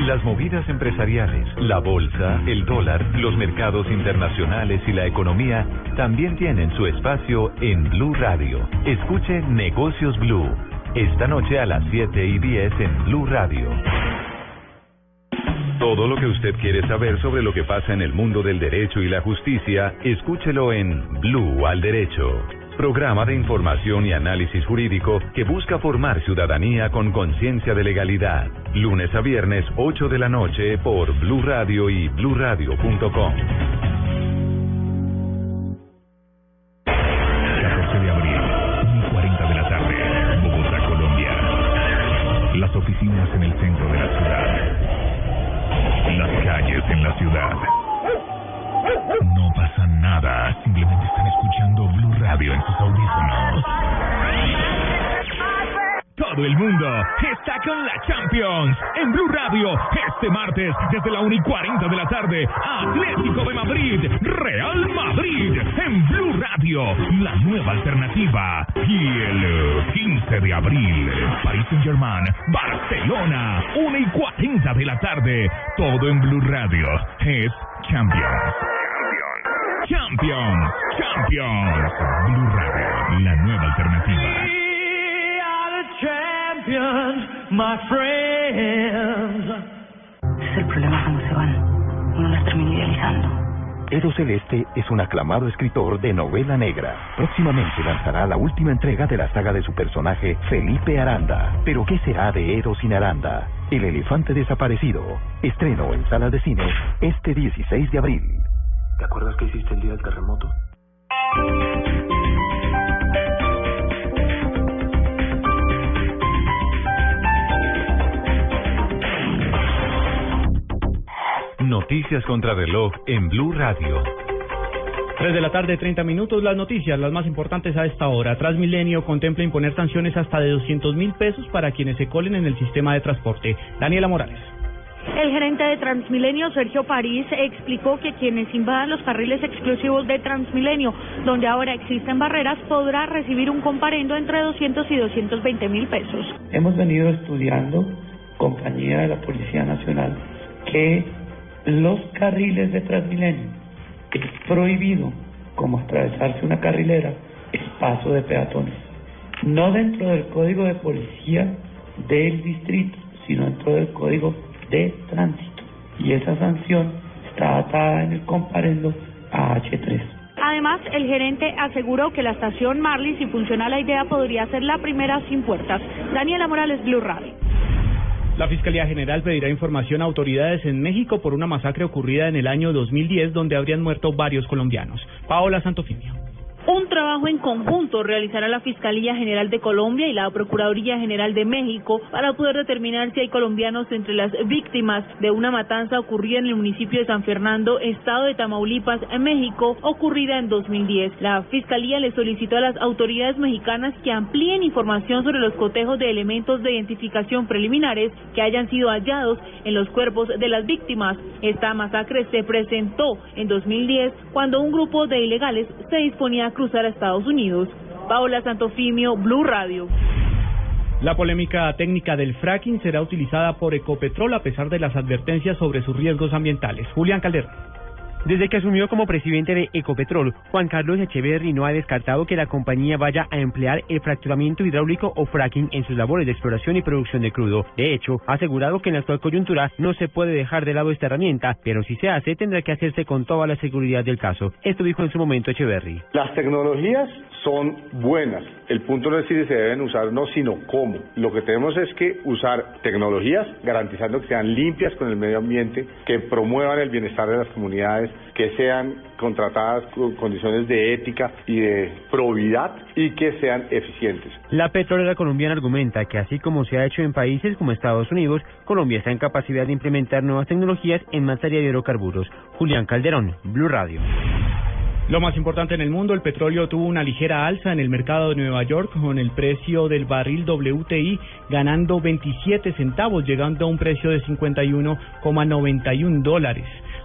S3: Las movidas empresariales, la bolsa, el dólar, los mercados internacionales y la economía también tienen su espacio en Blue Radio. Escuche Negocios Blue. Esta noche a las 7 y 10 en Blue Radio. Todo lo que usted quiere saber sobre lo que pasa en el mundo del derecho y la justicia, escúchelo en Blue al Derecho. Programa de información y análisis jurídico que busca formar ciudadanía con conciencia de legalidad. Lunes a viernes, 8 de la noche, por Blue Radio y bluradio.com.
S9: 14 de abril, 1.40 de la tarde, Bogotá, Colombia. Las oficinas en el centro de la ciudad. Las calles en la ciudad. No pasa nada, simplemente están escuchando Blue Radio en sus audífonos. Todo el mundo está con la Champions en Blue Radio este martes desde la 1 y 40 de la tarde. Atlético de Madrid, Real Madrid en Blue Radio, la nueva alternativa. Y el eh, 15 de abril, Paris Saint Germain, Barcelona, 1 y 40 de la tarde. Todo en Blue Radio es Champions. Champions, Champions, Blue Radio, la nueva alternativa.
S54: Ese es el problema cuando se van. Uno las termina idealizando.
S2: Edo Celeste es un aclamado escritor de novela negra. Próximamente lanzará la última entrega de la saga de su personaje, Felipe Aranda. Pero ¿qué será de Edo sin Aranda? El elefante desaparecido. Estreno en salas de cine este 16 de abril.
S55: ¿Te acuerdas que hiciste el día del terremoto?
S3: Noticias contra reloj en Blue Radio.
S6: 3 de la tarde, 30 minutos. Las noticias, las más importantes a esta hora. Transmilenio contempla imponer sanciones hasta de 200 mil pesos para quienes se colen en el sistema de transporte. Daniela Morales.
S10: El gerente de Transmilenio, Sergio París, explicó que quienes invadan los carriles exclusivos de Transmilenio, donde ahora existen barreras, podrá recibir un comparendo entre 200 y 220 mil pesos.
S4: Hemos venido estudiando, compañía de la Policía Nacional, que los carriles de Transmilenio es prohibido, como atravesarse una carrilera, es paso de peatones. No dentro del código de policía del distrito, sino dentro del código de tránsito. Y esa sanción está atada en el comparendo a H3.
S10: Además, el gerente aseguró que la estación Marlis, si funciona la idea, podría ser la primera sin puertas. Daniela Morales, Blue Radio.
S6: La Fiscalía General pedirá información a autoridades en México por una masacre ocurrida en el año 2010 donde habrían muerto varios colombianos. Paola Santofimio.
S44: Un trabajo en conjunto realizará la Fiscalía General de Colombia y la Procuraduría General de México para poder determinar si hay colombianos entre las víctimas de una matanza ocurrida en el municipio de San Fernando, estado de Tamaulipas, en México, ocurrida en 2010. La Fiscalía le solicitó a las autoridades mexicanas que amplíen información sobre los cotejos de elementos de identificación preliminares que hayan sido hallados en los cuerpos de las víctimas. Esta masacre se presentó en 2010 cuando un grupo de ilegales se disponía a cruzar a Estados Unidos. Paola Santofimio, Blue Radio.
S6: La polémica técnica del fracking será utilizada por Ecopetrol a pesar de las advertencias sobre sus riesgos ambientales. Julián Calderón. Desde que asumió como presidente de Ecopetrol, Juan Carlos Echeverri no ha descartado que la compañía vaya a emplear el fracturamiento hidráulico o fracking en sus labores de exploración y producción de crudo. De hecho, ha asegurado que en la actual coyuntura no se puede dejar de lado esta herramienta, pero si se hace tendrá que hacerse con toda la seguridad del caso. Esto dijo en su momento Echeverri.
S5: Las tecnologías son buenas. El punto no es si se deben usar o no, sino cómo. Lo que tenemos es que usar tecnologías garantizando que sean limpias con el medio ambiente, que promuevan el bienestar de las comunidades, que sean contratadas con condiciones de ética y de probidad y que sean eficientes.
S6: La petrolera colombiana argumenta que así como se ha hecho en países como Estados Unidos, Colombia está en capacidad de implementar nuevas tecnologías en materia de hidrocarburos. Julián Calderón, Blue Radio.
S56: Lo más importante en el mundo, el petróleo tuvo una ligera alza en el mercado de Nueva York con el precio del barril WTI ganando 27 centavos, llegando a un precio de 51,91 dólares.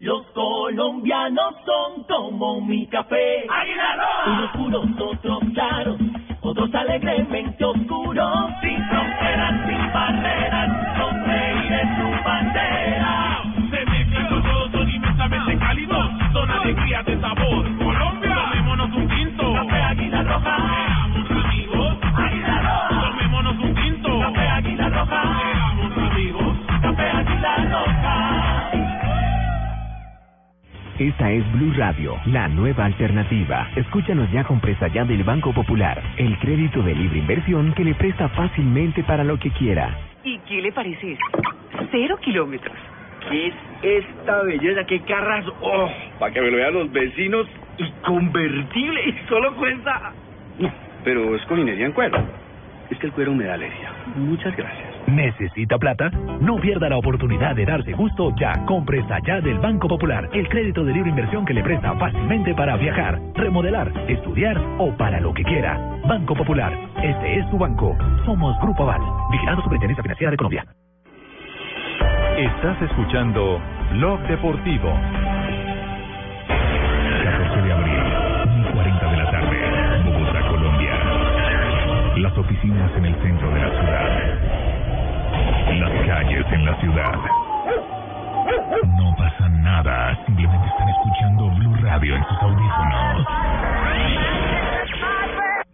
S4: Los colombianos son como mi café. Unos puros, otros claros, otros alegremente oscuros. Sin fronteras, sin barreras, son reyes su bandera.
S9: Se mezclan con todos, son inmensamente cálidos, son alegrías de sabor. Colombia, tomémonos un tinto. Café Águila Roja. Seamos amigos. Águila Roja. Tomémonos un tinto. Café Águila Roja. Seamos amigos. Café Águila Roja.
S2: Esta es Blue Radio, la nueva alternativa. Escúchanos ya con presta ya del Banco Popular, el crédito de libre inversión que le presta fácilmente para lo que quiera.
S57: ¿Y qué le parece esto? Cero kilómetros.
S58: ¿Qué es esta belleza? ¡Qué carras! ¡Oh! Para que me lo vean los vecinos. Y convertible. Y solo cuesta... No, pero es con minería en cuero. Es que el cuero me da alergia. Muchas gracias.
S2: ¿Necesita plata? No pierda la oportunidad de darse gusto ya. Compres allá del Banco Popular, el crédito de libre inversión que le presta fácilmente para viajar, remodelar, estudiar o para lo que quiera. Banco Popular, este es su banco. Somos Grupo Aval, vigilado Superintendencia Financiera de Colombia.
S3: Estás escuchando Blog Deportivo.
S9: 14 de abril, 40 de la tarde, Bogotá, Colombia. Las oficinas en el centro de la ciudad. Las calles en la ciudad. No pasa nada, simplemente están escuchando Blue Radio en sus audífonos.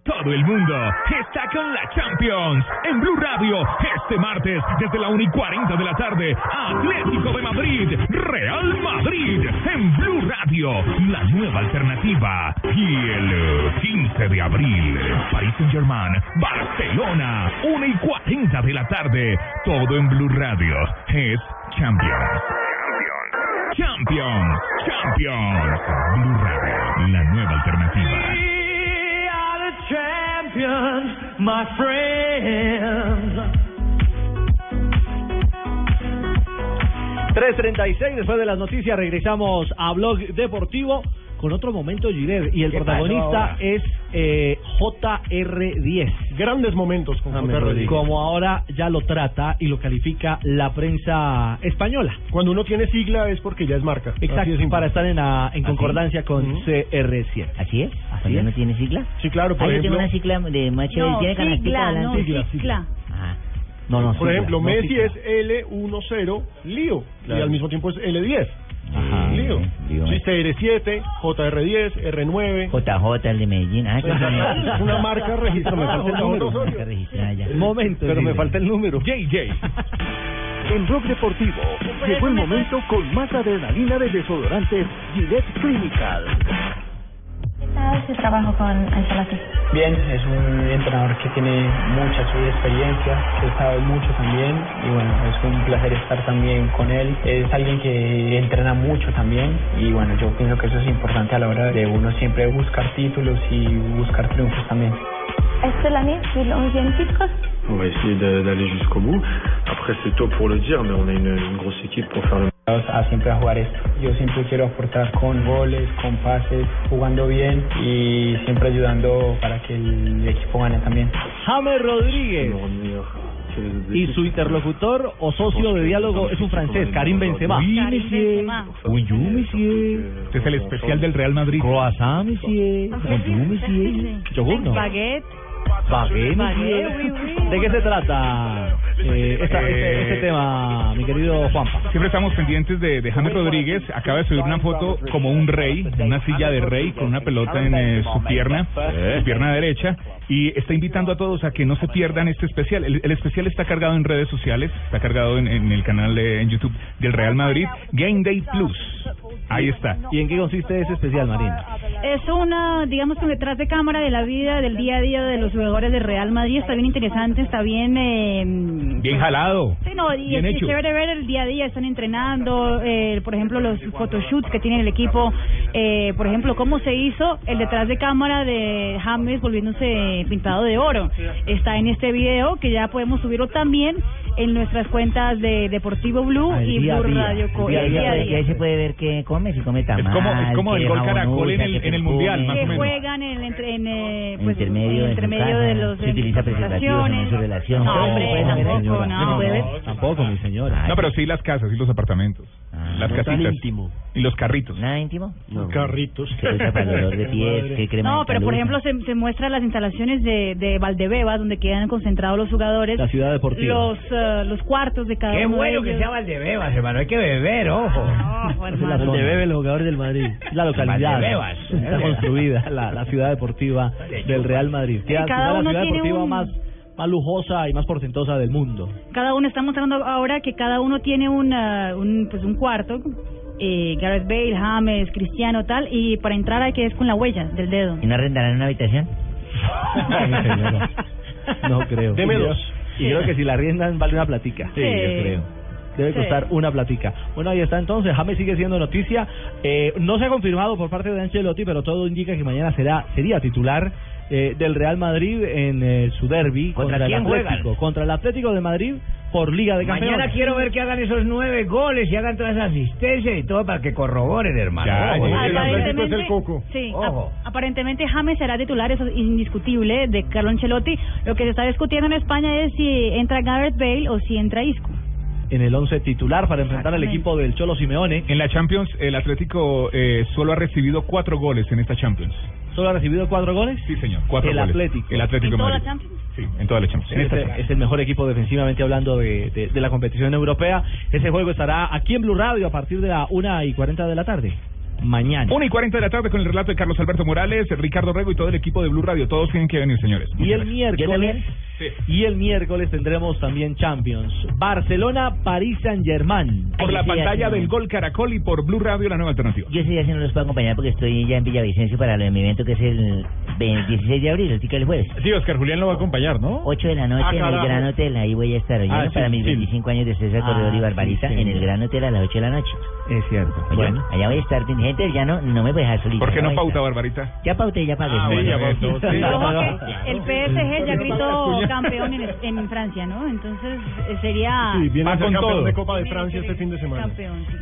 S9: Todo el mundo está con la Champions en Blue Radio este martes desde la 1 y 40 de la tarde. Atlético de Madrid, Real Madrid en Blue Radio, la nueva alternativa. Y el eh, 15 de abril, Paris Saint Germain, Barcelona, 1 y 40 de la tarde. Todo en Blue Radio es Champions. Champions, Champions, Blue Radio, la nueva alternativa.
S4: champions, my friends.
S13: 3.36, después de las noticias, regresamos a Blog Deportivo con otro momento Girer. Y el
S11: ¿Qué pasó
S13: protagonista
S11: ahora?
S13: es eh, JR10.
S11: Grandes momentos con James Rodríguez.
S13: Como ahora ya lo trata y lo califica la prensa española.
S11: Cuando uno tiene sigla es porque ya es marca.
S13: Exacto, para estar en, ah, en
S11: Así.
S13: concordancia con
S11: Ujú.
S13: CR7. Así es, así
S11: ¿Cuando
S13: es.
S11: uno
S13: tiene sigla?
S11: Sí, claro,
S13: Ah,
S11: por
S13: yo
S11: ejemplo.
S13: tengo una sigla
S10: de macho
S13: No,
S10: tiene canastica
S13: sigla,
S10: adelante.
S13: no, Sigla, sigla. No, no,
S11: Por
S13: sigla,
S11: ejemplo,
S13: no
S11: Messi
S13: sigla.
S11: es L10 Lío y
S13: Claro.
S11: al mismo tiempo es L10. Lío. Sí, CR7, JR10, R9.
S10: JJ, el de Medellín. Ah, qué bonito.
S11: Es una marca registrada.
S10: Me falta el número.
S11: Marca
S10: registrada ya.
S13: Momento.
S10: Pero me falta
S13: el número.
S9: JJ.
S59: En Rock Deportivo llegó el momento con más adrenalina de desodorantes Gillette Clinical.
S10: ¿Qué tal su trabajo con Ancelotti?
S60: Bien, es un entrenador que tiene mucha su experiencia, que sabe mucho también y bueno, es un placer estar también con él. Es alguien que entrena mucho también y bueno, yo pienso que eso es importante a la hora de uno siempre buscar títulos y buscar triunfos también.
S10: Cette année, c'est le 11e titre.
S61: On va essayer d'a- d'aller jusqu'au bout. Après, c'est tôt pour le dire, mais on a une, une grosse équipe pour faire le.
S62: a Ah, siempre a jugar esto. Yo siempre quiero aportar con goles, con pases, jugando bien y siempre ayudando para que el equipo gane también.
S6: James Rodríguez. Y su interlocutor o socio de diálogo es un francés, Karim Benzema.
S5: Oui, monsieur. Bonjour, monsieur. Este es el especial del Real Madrid.
S6: Croissant, monsieur. Bonjour, monsieur. Yogur, no.
S10: Baguette. Baguette,
S6: Baguette, monsieur.
S10: oui, oui.
S6: ¿De qué se trata eh, esta- este, este tema, mi querido Juanpa?
S5: Siempre estamos pendientes de, de James Rodríguez. Acaba de subir una foto como un rey, en una silla de rey, con una pelota en eh, su pierna, su pierna derecha. Y está invitando a todos a que no se pierdan este especial. El, el especial está cargado en redes sociales, está cargado en, en el canal de, en YouTube del Real Madrid, Game Day Plus. Ahí está.
S6: ¿Y en qué consiste ese especial, Marín?
S10: Es una, digamos, que detrás de cámara de la vida, del día a día de los jugadores de Real Madrid. Está bien interesante, está bien... eh,
S5: Bien jalado.
S10: Sí, no, y
S5: Bien
S10: es,
S5: hecho.
S10: es chévere ver el día a día, están entrenando, eh, por ejemplo, los photoshoots que tiene el equipo, eh, por ejemplo, cómo se hizo el detrás de cámara de James volviéndose pintado de oro. Está en este video que ya podemos subirlo también en nuestras cuentas de Deportivo Blue
S13: Al
S10: y
S13: día a
S10: Blue
S13: día.
S10: Radio Co.
S13: Y ahí
S10: el
S13: se
S10: día a
S13: puede- y
S10: día.
S13: ahí se puede ver que come, si come tamal.
S5: como- es como el
S13: que
S5: gol caracol en
S13: babonusa,
S5: el-
S13: que
S5: en el mundial,
S13: perfume,
S5: más o
S10: que
S5: menos.
S10: juegan en el entre- en, eh, pues,
S13: Intermedio,
S10: en
S13: en
S10: intermedio de los
S13: Se utiliza preservativos en
S10: relaciones.
S13: su relación.
S10: No, hombre, pues,
S13: Bueno,
S10: tampoco,
S13: señora.
S10: no, bebé.
S6: Tampoco, mi señora.
S5: No, pero sí las casas, sí los apartamentos. Las
S13: Ah, no tan
S5: casitas.
S13: íntimo.
S5: Y los carritos.
S13: ¿Nada íntimo?
S5: Carritos.
S13: Que usa para el olor de pies, que crema
S10: No,
S13: de
S10: pero por
S13: taluza.
S10: ejemplo se, se muestra las instalaciones de, de Valdebebas donde quedan concentrados los jugadores.
S6: La ciudad deportiva.
S10: Los, eh, los cuartos de cada
S6: Qué
S10: uno
S6: bueno que
S10: de ellos.
S6: sea
S13: Valdebebas,
S6: hermano, hay que beber, ojo. donde bebe el jugador del Madrid. La localidad.
S13: Valdebebas.
S6: Está construida la, la ciudad deportiva del Real Madrid. Que
S10: Y
S6: ha-
S10: cada
S6: será la
S10: uno
S6: ciudad
S10: tiene
S6: deportiva
S10: un-
S6: más, más lujosa y más portentosa del mundo.
S10: Cada uno está mostrando ahora que cada uno tiene una, un pues un cuarto. Eh, Gareth Bale, James, Cristiano, tal, y para entrar hay que es con la huella del dedo.
S13: ¿Y no arrendarán una habitación?
S6: Ay, señora. No creo.
S10: Deme
S6: Y yo-
S10: dos.
S6: Y creo que si la riendan vale una platica.
S10: Sí, Sí. yo creo.
S6: Debe
S10: Sí.
S6: costar una platica. Bueno, ahí está entonces. James sigue siendo noticia. Eh, no se ha confirmado por parte de Ancelotti, pero todo indica que mañana será sería titular eh, del Real Madrid en eh, su derby contra,
S4: quién
S6: el
S4: juegan?
S6: Atlético. Contra el Atlético de Madrid por Liga de Campeones.
S4: Mañana quiero ver que hagan esos nueve goles y hagan todas esas asistencias y todo para que corroboren, hermano.
S5: Ya,
S4: Ojo,
S5: ya,
S4: el
S5: ya.
S4: Atlético
S10: Aparentemente, Sí,
S4: Ojo.
S10: ap- aparentemente James será titular, eso es indiscutible, de Carlo Ancelotti. Lo que se está discutiendo en España es si entra Gareth Bale o si entra Isco.
S6: En el 11 titular para enfrentar al equipo del Cholo Simeone.
S5: En la Champions, el Atlético eh, solo ha recibido cuatro goles en esta Champions.
S6: ¿Solo ha recibido cuatro goles?
S5: Sí, señor. Cuatro
S6: El
S5: goles.
S6: Atlético.
S5: El Atlético de Madrid. Sí, en toda la Champions. En esta
S6: Este
S5: Champions.
S6: es el mejor equipo defensivamente hablando de, de, de la competición europea. Ese juego estará aquí en Blue Radio a partir de la 1 y 40 de la tarde. Mañana.
S5: 1 y 40 de la tarde con el relato de Carlos Alberto Morales, Ricardo Rego y todo el equipo de Blue Radio. Todos tienen que venir, señores.
S6: Y el miércoles. Y el miércoles tendremos también Champions. Barcelona, París Saint Germain.
S5: Por la pantalla del Gol Caracol y por Blue Radio, la nueva alternativa.
S13: Yo ese día sí no los puedo acompañar porque estoy ya en Villavicencio para lo de mi evento que es el 20 16 de abril, el ticket del jueves.
S5: Sí, Oscar Julián lo va a acompañar, ¿no?
S13: 8 de la noche
S5: Ah,
S13: en el
S5: carajo.
S13: Gran Hotel, ahí voy a estar oyendo
S5: Ah, sí,
S13: para mis
S5: sí.
S13: 25 años de César
S5: Ah,
S13: Corredor y
S5: sí,
S13: Barbarita en
S5: señor.
S13: el Gran Hotel a las 8 de la noche.
S6: Es cierto.
S13: bueno, allá voy a estar, gente, ya no, no me voy a dejar solito.
S5: ¿Por qué no
S13: voy a estar.
S5: pauta, Barbarita?
S13: Ya pauté, ya pagué.
S5: Ah, bueno, eso, sí.
S10: Ojo que el PSG ya
S5: Pero no
S10: gritó
S5: para la cuña.
S10: campeón en, en Francia, ¿no? Entonces eh, sería...
S63: Sí, viene a ser
S6: con
S63: campeón
S6: todo.
S63: de Copa de Francia este fin de semana.
S10: Campeón, sí.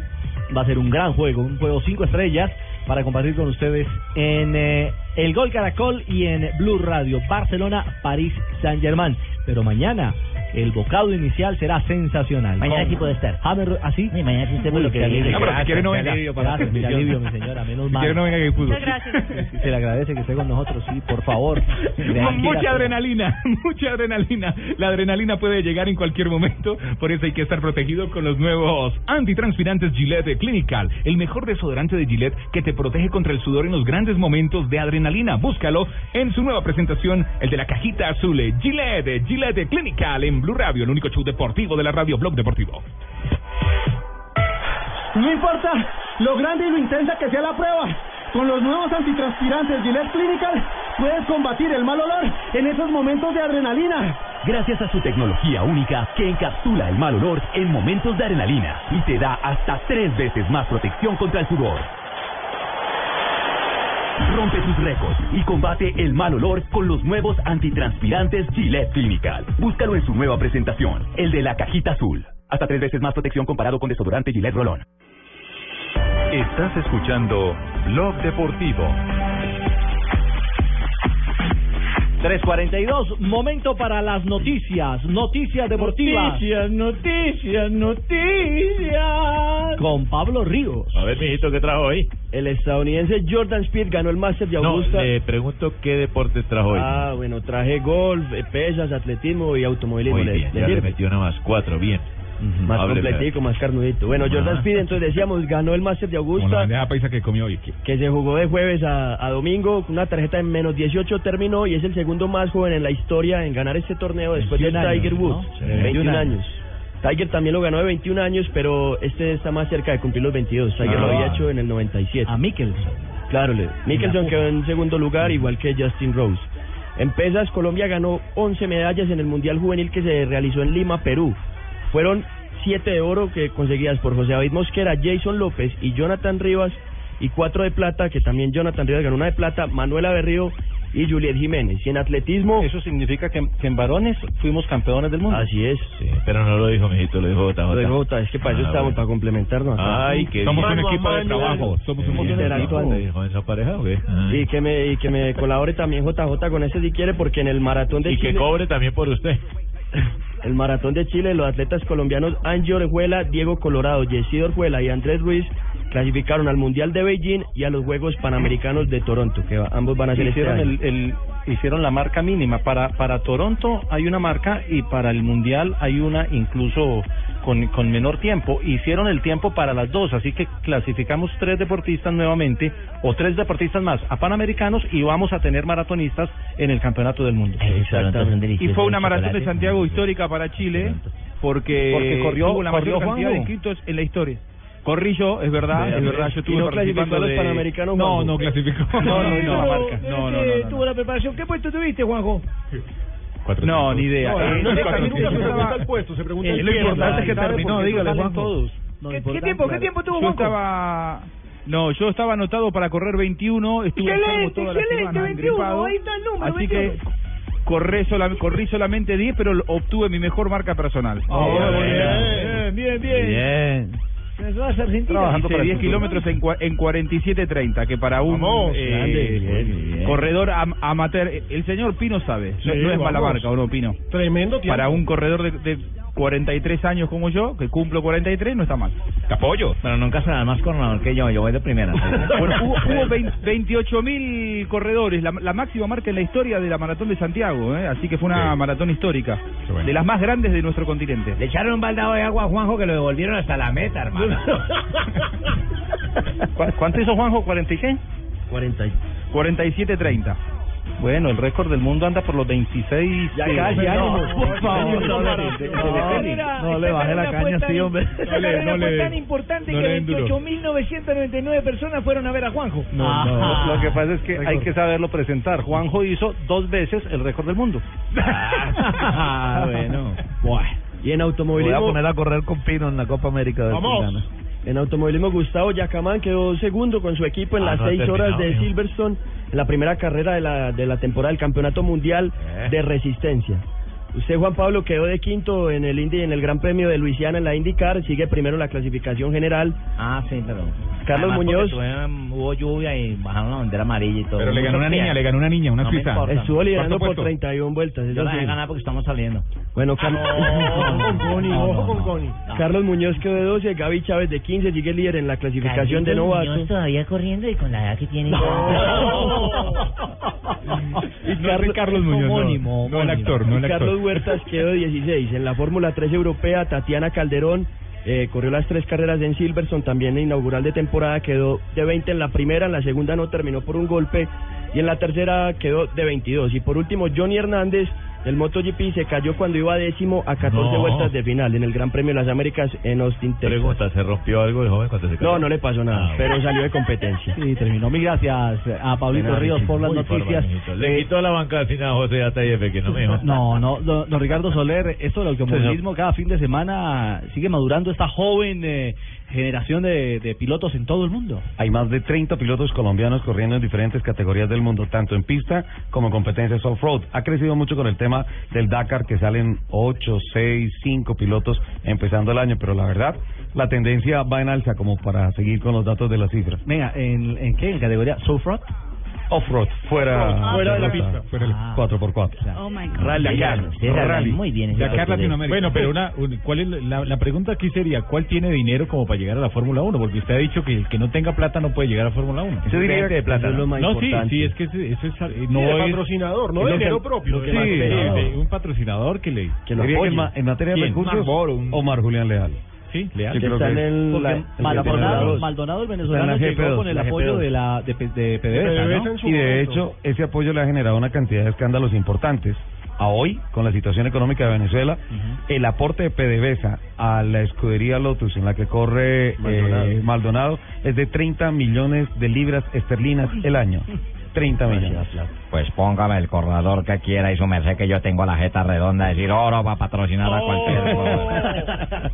S6: Va a ser un gran juego, un juego cinco estrellas para compartir con ustedes en eh, el Gol Caracol y en Blue Radio. Barcelona, París Saint Germain. Pero mañana el bocado inicial será sensacional.
S13: Mañana
S6: Con
S13: sí puedo estar.
S6: James Ro- ¿Ah, sí?
S13: mañana sí usted puede
S6: Uy, qué
S13: estar.
S6: alivio.
S13: No, pero si
S6: Gracias,
S13: quiere no
S6: qué
S13: venga.
S6: alivio, Gracias, qué alivio, mi señora. Menos
S5: Si
S6: mal.
S5: quiere no venga, que hay fútbol.
S6: Muchas gracias. Se le agradece que esté con nosotros, sí, por favor.
S5: Con mucha adrenalina, mucha adrenalina. La adrenalina puede llegar en cualquier momento, por eso hay que estar protegido con los nuevos antitranspirantes Gillette Clinical, el mejor desodorante de Gillette que te protege contra el sudor en los grandes momentos de adrenalina. Búscalo en su nueva presentación, el de la cajita azul. eh, Gillette, Gillette Clinical en Blue Radio, el único show deportivo de la radio Blog Deportivo.
S11: No importa lo grande y lo intensa que sea la prueba. Con los nuevos antitranspirantes Gillette Clinical puedes combatir el mal olor en esos momentos de adrenalina.
S2: Gracias a su tecnología única que encapsula el mal olor en momentos de adrenalina y te da hasta tres veces más protección contra el sudor. Rompe sus récords y combate el mal olor con los nuevos antitranspirantes Gillette Clinical. Búscalo en su nueva presentación, el de la cajita azul. Hasta tres veces más protección comparado con desodorante Gillette Rolón.
S3: Estás escuchando Blog Deportivo.
S4: 3.42, momento para las noticias, noticias deportivas.
S8: Noticias, noticias, noticias.
S4: Con Pablo Ríos.
S15: A ver, mijito, ¿qué trajo hoy?
S8: El estadounidense Jordan Speed ganó el Master de
S15: No,
S8: Augusta.
S15: le pregunto qué deporte trajo hoy.
S8: Ah, bueno, traje golf, eh, pesas, atletismo y automovilismo.
S15: Muy
S8: ¿Le-
S15: bien,
S8: le
S15: ya le
S8: sirve?
S15: metió una más cuatro, bien.
S8: Más
S15: Hábleme.
S8: completico, más carnudito. Bueno,
S15: Ajá.
S8: Jordan Speed, entonces decíamos, ganó el Master de
S15: Como la
S8: Augusta.
S15: paisa que comió hoy.
S8: Que se jugó de jueves a, a domingo, con una tarjeta en menos 18 terminó y es el segundo más joven en la historia en ganar este torneo después de
S4: 21 años,
S8: Tiger Woods.
S4: ¿no? Sí.
S8: 21
S4: 21
S8: años. Tiger también lo ganó de 21 años, pero este está más cerca de cumplir los 22. Tiger lo
S4: Ah.
S8: había hecho en el 97.
S4: A Mikkelsen.
S8: Claro, le- Mickelson
S4: puta.
S8: quedó en segundo lugar, igual que Justin Rose. En pesas, Colombia ganó 11 medallas en el Mundial Juvenil que se realizó en Lima, Perú. Fueron 7 de oro que conseguidas por José David Mosquera, Jason López y Jonathan Rivas, y 4 de plata, que también Jonathan Rivas ganó una de plata, Manuela Berrío y Juliet Jiménez. Y en atletismo... Eso significa que, en varones fuimos campeones del mundo. Así es.
S15: Pero no lo dijo, mijito, lo dijo Jota
S8: Lo
S15: Jota.
S8: dijo Jota, es que para eso
S15: Ah,
S8: estamos,
S15: bueno.
S8: para complementarnos. acá.
S15: Ay, qué bien.
S8: Interactuando.
S15: ¿Le dijo esa pareja o qué? Ah.
S8: Y que me, y que me colabore también JJ con ese si quiere, porque en el maratón de
S15: Y
S8: Chile.
S15: que cobre también por usted.
S8: El maratón de Chile, los atletas colombianos Angie Orejuela, Diego Colorado, Yesid Orjuela y Andrés Ruiz clasificaron al Mundial de Beijing y a los Juegos Panamericanos de Toronto, que va- ambos van a ser este
S6: hicieron
S8: año.
S6: el, el- hicieron la marca mínima para para Toronto hay una marca y para el mundial hay una incluso con, con menor tiempo hicieron el tiempo para las dos así que clasificamos tres deportistas nuevamente o tres deportistas más a panamericanos y vamos a tener maratonistas en el campeonato del mundo
S14: Y fue una maratón de Santiago histórica para Chile porque,
S6: Porque corrió-
S14: tuvo la
S6: corrió
S14: mayor
S6: Juan,
S14: cantidad
S6: ¿no?
S14: de inscritos en la historia. Corrí yo, es verdad,
S6: Vea,
S14: es
S6: vea.
S14: verdad, yo
S6: ¿Y
S14: estuve
S6: no
S14: participando
S6: clasificó a los
S14: de-
S6: Panamericanos,
S14: No,
S6: Juanjo?
S14: no clasificó. No, no, no, la marca. No, no, no, no.
S8: tuvo la preparación. ¿Qué puesto tuviste, Juanjo?
S14: No, ni idea.
S11: No,
S14: Eh,
S11: no,
S14: es
S11: no, no,
S14: cuatrocientos.
S11: no, se pregunta el puesto, se pregunta
S14: Eh,
S11: el
S14: Lo
S11: tiempo,
S14: importante es que
S11: ¿sabe?
S14: terminó,
S11: Porque
S14: dígale,
S11: salen
S14: Juanjo.
S11: todos.
S8: No,
S14: ¿Qué,
S8: importante, tiempo- qué claro. tiempo tuvo
S14: Yo
S8: Juanjo?
S14: estaba... No, yo estaba anotado para correr 21, estuve enfermo toda la semana, gripado. Así que corré, sola- corrí solamente 10, pero l- obtuve mi mejor marca personal. Oh,
S6: Oh,
S8: bien, bien,
S15: Bien.
S14: Hice 10 kilómetros en, cua- en 47.30, que para un eh,
S64: ¿Eh?
S14: corredor am- amateur, el señor Pino sabe, no,
S11: Sí,
S14: no es
S11: vamos.
S14: mala marca, ¿o no, Pino?
S11: Tremendo tiempo.
S14: Para un corredor de, de 43 años como yo, que cumplo 43, no está mal. Te apoyo.
S13: Pero nunca será más coronador que yo, yo voy de primera.
S14: Bueno, hubo, hubo 28 mil corredores, la, la máxima marca en la historia de la maratón de Santiago, ¿eh? así que fue una maratón histórica, de las más grandes de nuestro continente.
S8: Le echaron un baldado de agua a Juanjo que lo devolvieron hasta la meta, hermano.
S6: ¿Cuánto hizo Juanjo? ¿46?
S8: 40.
S14: 47-30.
S6: Bueno, el récord del mundo anda por los 26.
S14: Ya
S6: eh,
S14: casi,
S6: no,
S14: ánimo, por favor.
S6: no, no,
S14: No,
S6: no, no le bajé la caña así, hombre.
S8: Esta carrera fue tan importante
S6: no
S8: que
S6: le den duro.
S8: 28.999 personas fueron a ver a Juanjo. Ah.
S6: No, no, Lo que pasa es que hay
S8: Récord.
S6: que saberlo presentar. Juanjo hizo dos veces el récord del mundo.
S8: Ah, bueno. Y en automovilismo...
S6: Voy a poner
S8: a correr con Pino en la Copa América
S6: de Vamos. Sudana.
S8: En automovilismo, Gustavo Yacamán quedó segundo con su equipo en
S6: Ah,
S8: las
S6: no ha
S8: seis horas
S6: terminado,
S8: de
S6: mijo.
S8: Silverstone, en la primera carrera de la, de la temporada del Campeonato Mundial
S6: Eh.
S8: de Resistencia. Usted, Juan Pablo, quedó de quinto en el Indy, en el Gran Premio de Luisiana en la IndyCar. Sigue primero la clasificación general.
S13: Ah, sí, pero...
S8: Carlos Muñoz.
S13: Tuve, um, hubo lluvia y bajaron la bandera amarilla y todo.
S14: Pero le ganó una niña, le ganó una niña, una
S13: No me
S14: suiza.
S13: importa.
S8: Estuvo liderando
S13: ¿Cuarto
S8: por
S13: puesto?
S8: 31 vueltas.
S13: Yo
S8: eso
S13: la
S8: sí.
S13: voy a ganar porque estamos saliendo.
S8: Bueno, Carlos. Ojo
S13: no,
S8: con Connie. Carlos Muñoz quedó de 12, Gaby Chávez de 15, sigue líder en la clasificación de
S13: Carlitos
S8: novato.
S13: Muñoz todavía corriendo y con la edad que tiene.
S8: Y
S13: No es de Carlos Muñoz, no. Homónimo, No el homónimo. actor, no el
S8: Y
S13: actor.
S8: Carlos Huertas quedó 16. En la Fórmula 3 europea, Tatiana Calderón eh, corrió las tres carreras en Silverstone, también en inaugural de temporada quedó de 20 en la primera, en la segunda no terminó por un golpe y en la tercera quedó de 22. Y por último, Johnny Hernández del MotoGP se cayó cuando iba décimo a 14
S15: No.
S8: vueltas de final en el Gran Premio de las Américas en Austin, Texas.
S15: Pregunta, ¿se rompió algo el joven cuando se cayó?
S8: No, no le pasó nada, pero salió de competencia.
S4: Y Ah, terminó. Mil gracias a Pablito
S15: Pena,
S4: Ríos por las
S15: muy
S4: noticias. Eh,
S15: barbarito. Le quitó la banca al final a José Atayefe, que no me dijo.
S4: No, no, don, don Ricardo Soler, esto del automovilismo cada fin de semana sigue madurando esta joven eh, generación de, de pilotos en todo el mundo.
S21: Hay más de 30 pilotos colombianos corriendo en diferentes categorías del mundo, tanto en pista como en competencias off-road. Ha crecido mucho con el tema. tema del Dakar que salen 8, 6, 5 pilotos empezando el año, pero la verdad, la tendencia va en alza como para seguir con los datos de las cifras.
S65: Venga, ¿en, en qué? ¿En categoría Sofrot?
S21: Off-road, fuera,
S65: Ah, fuera de la pista.
S21: fuera de la- Ah. 4x4.
S66: Oh my God.
S21: Rally.
S15: Dakar.
S67: Ustedes hablan
S15: Rally.
S67: muy bien ese
S15: Dakar
S67: auto de-
S15: Latinoamérica. Bueno, pero una, un- ¿cuál es la- la, la pregunta aquí sería, ¿cuál tiene dinero como para llegar a la Fórmula 1? Porque usted ha dicho que el que no tenga plata no puede llegar a Fórmula 1.
S4: Yo diría que plata,
S15: No,
S4: lo más
S15: sí,
S4: importante.
S15: sí, es que ese- ese es, eh,
S4: Sí,
S15: no
S4: de
S15: es-
S4: patrocinador, no
S15: es
S4: de
S15: lo que-
S4: dinero propio,
S15: Sí,
S4: que patrocinador.
S15: sí, de un patrocinador que le
S21: Yo diría que en, ma- en materia de
S15: ¿Quién?
S21: recursos,
S15: Marlboro, un-
S21: Omar Julián Leal.
S15: Sí,
S21: Leal.
S15: Que está en el-
S65: Porque
S21: la- el
S65: Maldonado,
S21: G2.
S65: Maldonado, el
S21: Está
S65: venezolano,
S21: en la
S65: llegó
S21: G2,
S65: con el
S21: la
S65: apoyo
S21: G2.
S65: de la de, P- de PDVSA, ¿no?
S21: Y de hecho, ese apoyo le ha generado una cantidad de escándalos importantes. A hoy, con la situación económica de Venezuela, el aporte de PDVSA a la escudería Lotus en la que corre eh, Maldonado,
S15: Maldonado.
S21: es de 30 millones de libras esterlinas el año. 30 millones.
S13: Pues póngame el corredor que quiera y su merced que yo tengo la jeta redonda. Decir oro va a patrocinar
S6: Oh.
S13: a cualquier.
S21: Oh.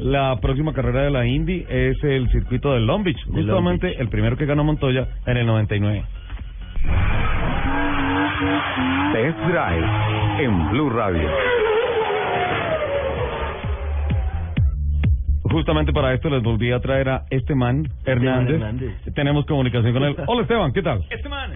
S21: La próxima carrera de la Indy es el circuito de Long Beach, justamente el primero que ganó Montoya en el 99.
S3: Test Drive en Blue Radio.
S21: Justamente para esto les volví a traer a este man, Hernández. Tenemos comunicación con él. Hola Esteban, ¿qué tal?
S6: Esteban.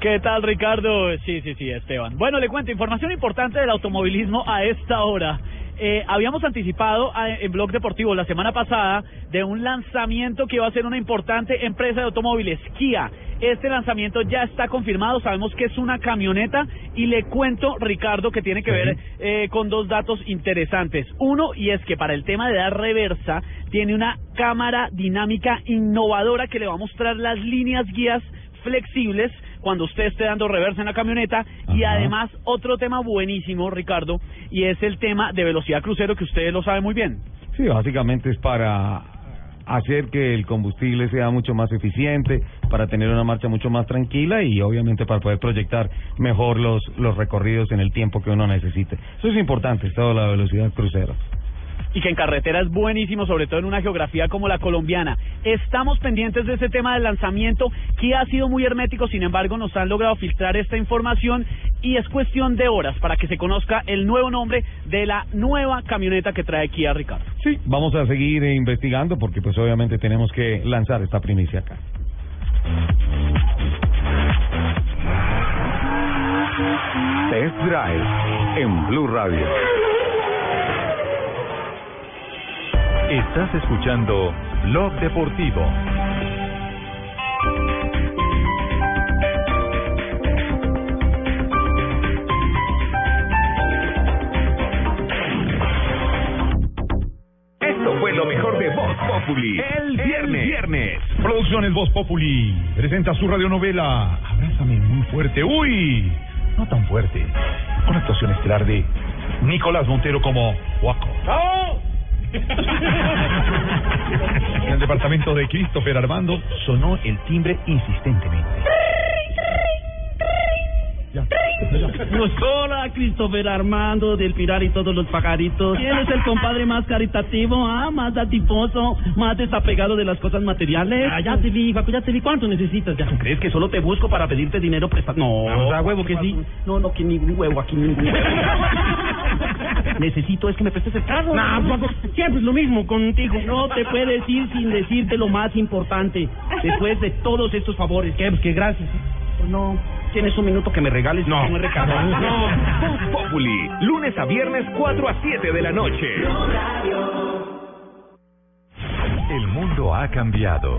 S6: ¿Qué tal, Ricardo? Sí, sí, sí, Esteban. Bueno, le cuento información importante del automovilismo a esta hora. Eh, habíamos anticipado a- en Blog Deportivo la semana pasada de un lanzamiento que iba a ser una importante empresa de automóviles, Kia. Este lanzamiento ya está confirmado, sabemos que es una camioneta y le cuento, Ricardo, que tiene que ver eh, con dos datos interesantes. Uno, y es que para el tema de dar reversa, tiene una cámara dinámica innovadora que le va a mostrar las líneas guías flexibles cuando usted esté dando reversa en la camioneta y además otro tema buenísimo Ricardo y es el tema de velocidad crucero que usted lo sabe muy bien
S21: Sí, básicamente es para hacer que el combustible sea mucho más eficiente, para tener una marcha mucho más tranquila y obviamente para poder proyectar mejor los, los recorridos en el tiempo que uno necesite. Eso es importante, estado la velocidad crucero.
S6: y que en carretera es buenísimo, sobre todo en una geografía como la colombiana. Estamos pendientes de ese tema del lanzamiento, que ha sido muy hermético, sin embargo nos han logrado filtrar esta información y es cuestión de horas para que se conozca el nuevo nombre de la nueva camioneta que trae Kia Ricardo.
S21: Sí, vamos a seguir eh, investigando porque pues obviamente tenemos que lanzar esta primicia acá.
S3: Test Drive en Blue Radio. Estás escuchando Blog Deportivo.
S9: Esto fue lo mejor de Voz Populi. El viernes. Producciones Voz Populi presenta su radionovela Abrázame muy fuerte. Uy, no tan fuerte. Con actuación estelar de Nicolás Montero como Juaco. En el departamento de Christopher Armando sonó el timbre insistentemente.
S8: Pues hola, Christopher Armando del Pirar y todos los pajaritos. ¿Quién es el compadre más caritativo, ah, más datifoso, más desapegado de las cosas materiales? Ah, ya te vi, Juaco, ya te vi. ¿Cuánto necesitas ya? ¿Crees que solo te busco para pedirte dinero prestado? No.
S68: Ah,
S69: da
S8: huevo que sí. No, no, que ningún huevo aquí, ningún huevo. Necesito es que me prestes el carro.
S68: Ah,
S8: No,
S68: pues,
S8: Juaco, siempre es lo mismo contigo. Ah, No te puedes ir sin decirte lo más importante. Después de todos estos favores, que,
S68: Pues,
S8: que gracias. No, tienes un minuto que me regales. No, no me recargo.
S9: Voz Populi, lunes a viernes 4 a 7 de la noche.
S3: El mundo ha cambiado.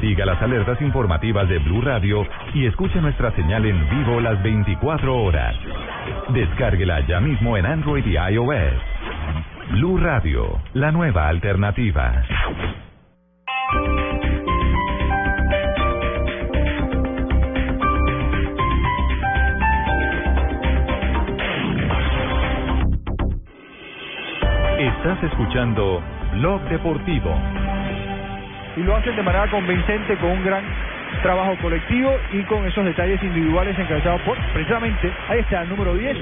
S3: Siga las alertas informativas de Blue Radio y escuche nuestra señal en vivo las 24 horas. Descárguela ya mismo en Android y iOS. Blue Radio, la nueva alternativa. Estás Estás escuchando Blog Deportivo.
S68: y lo hacen de manera convincente con un gran trabajo colectivo y con esos detalles individuales encabezados por precisamente ahí está el número 10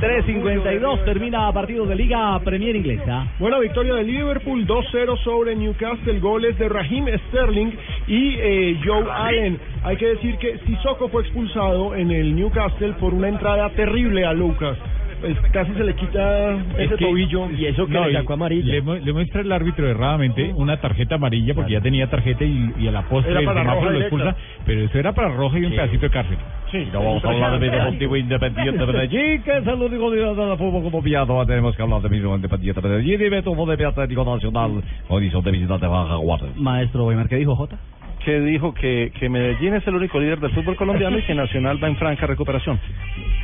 S6: 3.52 termina partidos de Liga Premier Inglesa.
S11: Buena victoria de Liverpool, 2-0 sobre Newcastle, goles de Raheem Sterling y eh, Joe Allen. Hay que decir que Sissoko fue expulsado en el Newcastle por una entrada terrible a Lucas. Pues casi se le quita ese tobillo y eso que
S15: no,
S11: le
S15: y
S11: sacó amarilla.
S15: Le, mu- le muestra el árbitro erradamente una tarjeta amarilla porque ya tenía tarjeta y, y a la postre
S11: Era
S15: el
S11: para
S15: semáforo
S11: roja
S15: lo
S11: directa.
S15: expulsa, pero eso era para roja y un
S11: Sí.
S15: pedacito de cárcel.
S11: Sí,
S15: no vamos
S6: a hablar de Deportivo
S15: Independiente
S6: Medellín, que es el único líder de la fútbol como pillado. Tenemos que hablar de mismo Independiente Medellín y Beto de Atlético Nacional. Horizonte de visitante Baja Guardia. Maestro Weimar, ¿qué dijo Jota?
S14: que dijo que, que Medellín es el único líder del fútbol colombiano y que Nacional va en franca recuperación.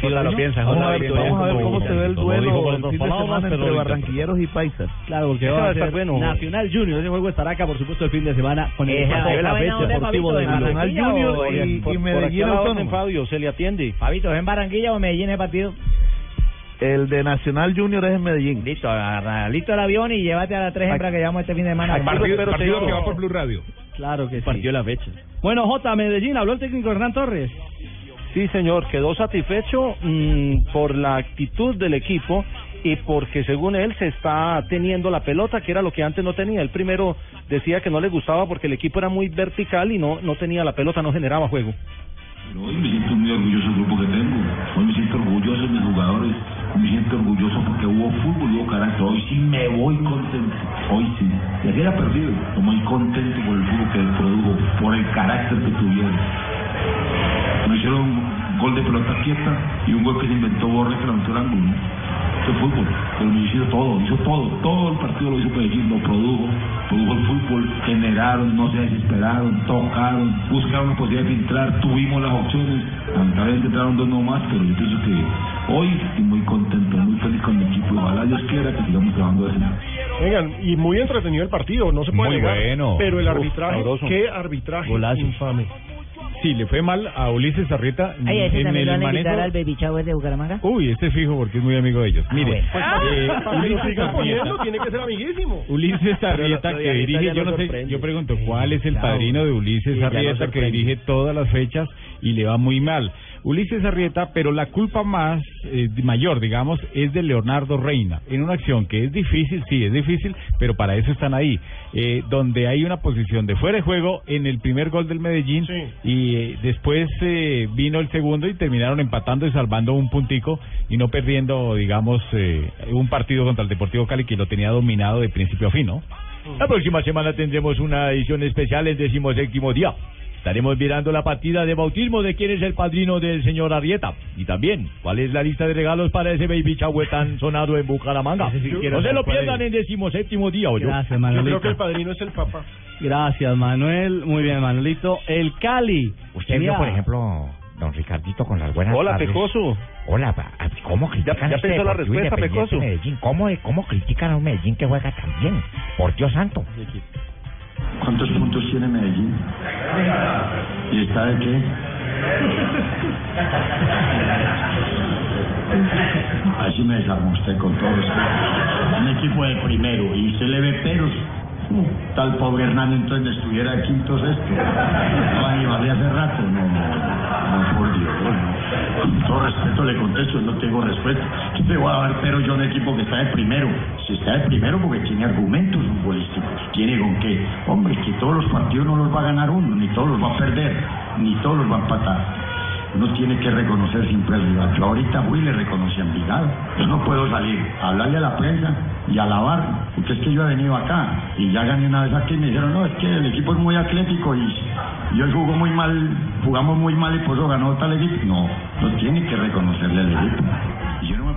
S6: Jota lo piensa, Jota
S14: vamos a ver,
S6: lo piensa.
S14: vamos a ver cómo se ve el
S6: Lo dijo
S14: duelo
S6: con
S14: el
S6: dos
S14: fin de
S6: palabras,
S14: semana
S6: pero
S14: entre
S6: lo intentó.
S14: barranquilleros y paisas.
S6: Claro, porque
S14: Ese
S6: va
S14: va a
S6: a ser
S14: estar bueno.
S6: Nacional Junior. Ese juego estará acá, por supuesto, el fin de semana con el
S14: Esa
S6: equipo
S14: es la buena onda,
S6: deportivo
S14: Fabito,
S6: de
S14: de
S6: Nacional
S14: Barranquilla o
S6: Junior
S14: en- por-
S6: y, y
S14: por aquí
S6: Medellín
S14: a la orden,
S6: Autónomo.
S14: Fabio, se le atiende.
S70: Fabito, ¿es en Barranquilla o Medellín ese partido?
S13: El de Nacional Junior es en Medellín.
S70: Listo, agarra- listo el avión y llévate a las tres hembras que llevamos este fin de semana.
S13: Blue Radio.
S6: Claro que sí.
S68: Partió la fecha.
S6: Bueno, Jota, Medellín, habló el técnico Hernán Torres.
S14: Sí, señor, quedó satisfecho mm, por la actitud del equipo y porque según él se está teniendo la pelota, que era lo que antes no tenía. Él primero decía que no le gustaba porque el equipo era muy vertical y no, no tenía la pelota, no generaba juego.
S4: Hoy me siento muy orgulloso del grupo que tengo. Hoy me siento orgulloso de mis jugadores. Hoy me siento orgulloso porque hubo fútbol, hubo carácter. Hoy sí me voy contento. Hoy sí. Y aquí era perdido. Estoy muy contento por el fútbol que produjo, por el carácter que tuvieron. Nos hicieron un gol de pelota quieta y un gol que se inventó Borges que lanzó el ángulo. ¿no? Esto es fútbol, pero lo hizo todo, hizo todo, todo el partido lo hizo Medellín, lo produjo, produjo el fútbol, generaron, no se desesperaron, tocaron, buscaron la posibilidad de filtrar, tuvimos las opciones, lamentablemente entraron dos nomás, pero yo pienso que hoy estoy muy contento, muy feliz con mi equipo, ojalá Dios quiera que sigamos trabajando así.
S11: Oigan, y muy entretenido el partido, no se puede
S4: Muy
S11: negar,
S4: bueno.
S11: Pero el
S4: Uf,
S11: arbitraje,
S4: sabroso.
S11: qué arbitraje infame.
S15: Sí, le fue mal a Ulises Arrieta
S12: Ay, ese
S15: en
S12: también lo
S15: el
S12: van a
S15: manejo.
S12: invitar al Ah, Baby Shower de Bucaramanga.
S15: Uy, este es fijo porque es muy amigo de ellos. Mire, eh,
S11: Para que lo
S15: Ulises
S11: siga
S15: Arrieta.
S11: Ah, poniendo, tiene que ser amiguísimo.
S15: Ulises
S11: Pero
S15: Arrieta
S11: la
S15: que
S11: solidaridad ya
S15: dirige, yo
S11: lo
S15: no sé,
S11: sorprende.
S15: yo pregunto, ¿cuál es el
S11: claro.
S15: padrino de Ulises
S11: Sí, ya lo
S15: Arrieta que
S11: sorprende.
S15: dirige todas las fechas y le va muy mal? Ulises Arrieta, pero la culpa más eh, mayor, digamos, es de Leonardo Reina, en una acción que es difícil, sí, es difícil, pero para eso están ahí, eh, donde hay una posición de fuera de juego en el primer gol del Medellín y eh, después eh, vino el segundo y terminaron empatando y salvando un puntico y no perdiendo, digamos, eh, un partido contra el Deportivo Cali que lo tenía dominado de principio a fin, ¿no?
S11: Mm.
S5: La próxima semana tendremos una edición especial el decimoséptimo día. Estaremos mirando la partida de bautismo de quién es el padrino del señor Arrieta. Y también, cuál es la lista de regalos para ese baby shower tan sonado en Bucaramanga.
S6: quiero
S5: no se
S6: saber
S5: lo
S6: cuál
S5: pierdan eh. en decimoséptimo día, ¿oyó?
S6: Gracias, Manolito. Yo creo que el
S11: padrino es el papá.
S6: Gracias, Manuel. Muy bien, Manolito. El Cali.
S70: Usted vio, por ejemplo, don Ricardito con las buenas
S6: Hola,
S70: tardes.
S6: Pecoso.
S70: Hola, pa- a- ¿cómo critican
S6: ya
S70: este
S6: pensó la
S70: Deportivo
S6: respuesta,
S70: Independiente
S6: Pecoso.
S70: Medellín? ¿Cómo, ¿Cómo critican a un Medellín que juega tan bien? Por Dios santo.
S4: ¿Cuántos puntos tiene Medellín? ¿Y está de qué? Así me desarmó usted con todo esto. Un equipo de primero y usted le ve peros. Tal pobre Hernán entonces estuviera de quinto sexto. No, ni valía hace rato. No, no, no, por Dios. no. Con todo respeto le contesto, no tengo respeto. ¿Qué te voy a dar pero yo a un equipo que está de primero? Si está de primero porque tiene argumentos futbolísticos. Tiene con qué. Hombre, que todos los partidos no los va a ganar uno, ni todos los va a perder, ni todos los va a empatar. Uno tiene que reconocer siempre al rival. Yo ahorita voy y le reconocí a Envigado. Yo no puedo salir a hablarle a la prensa y alabar, porque es que yo he venido acá y ya gané una vez aquí y me dijeron, no, es que el equipo es muy atlético y yo jugó muy mal, jugamos muy mal y por eso ganó tal equipo. No, no tiene que reconocerle al equipo.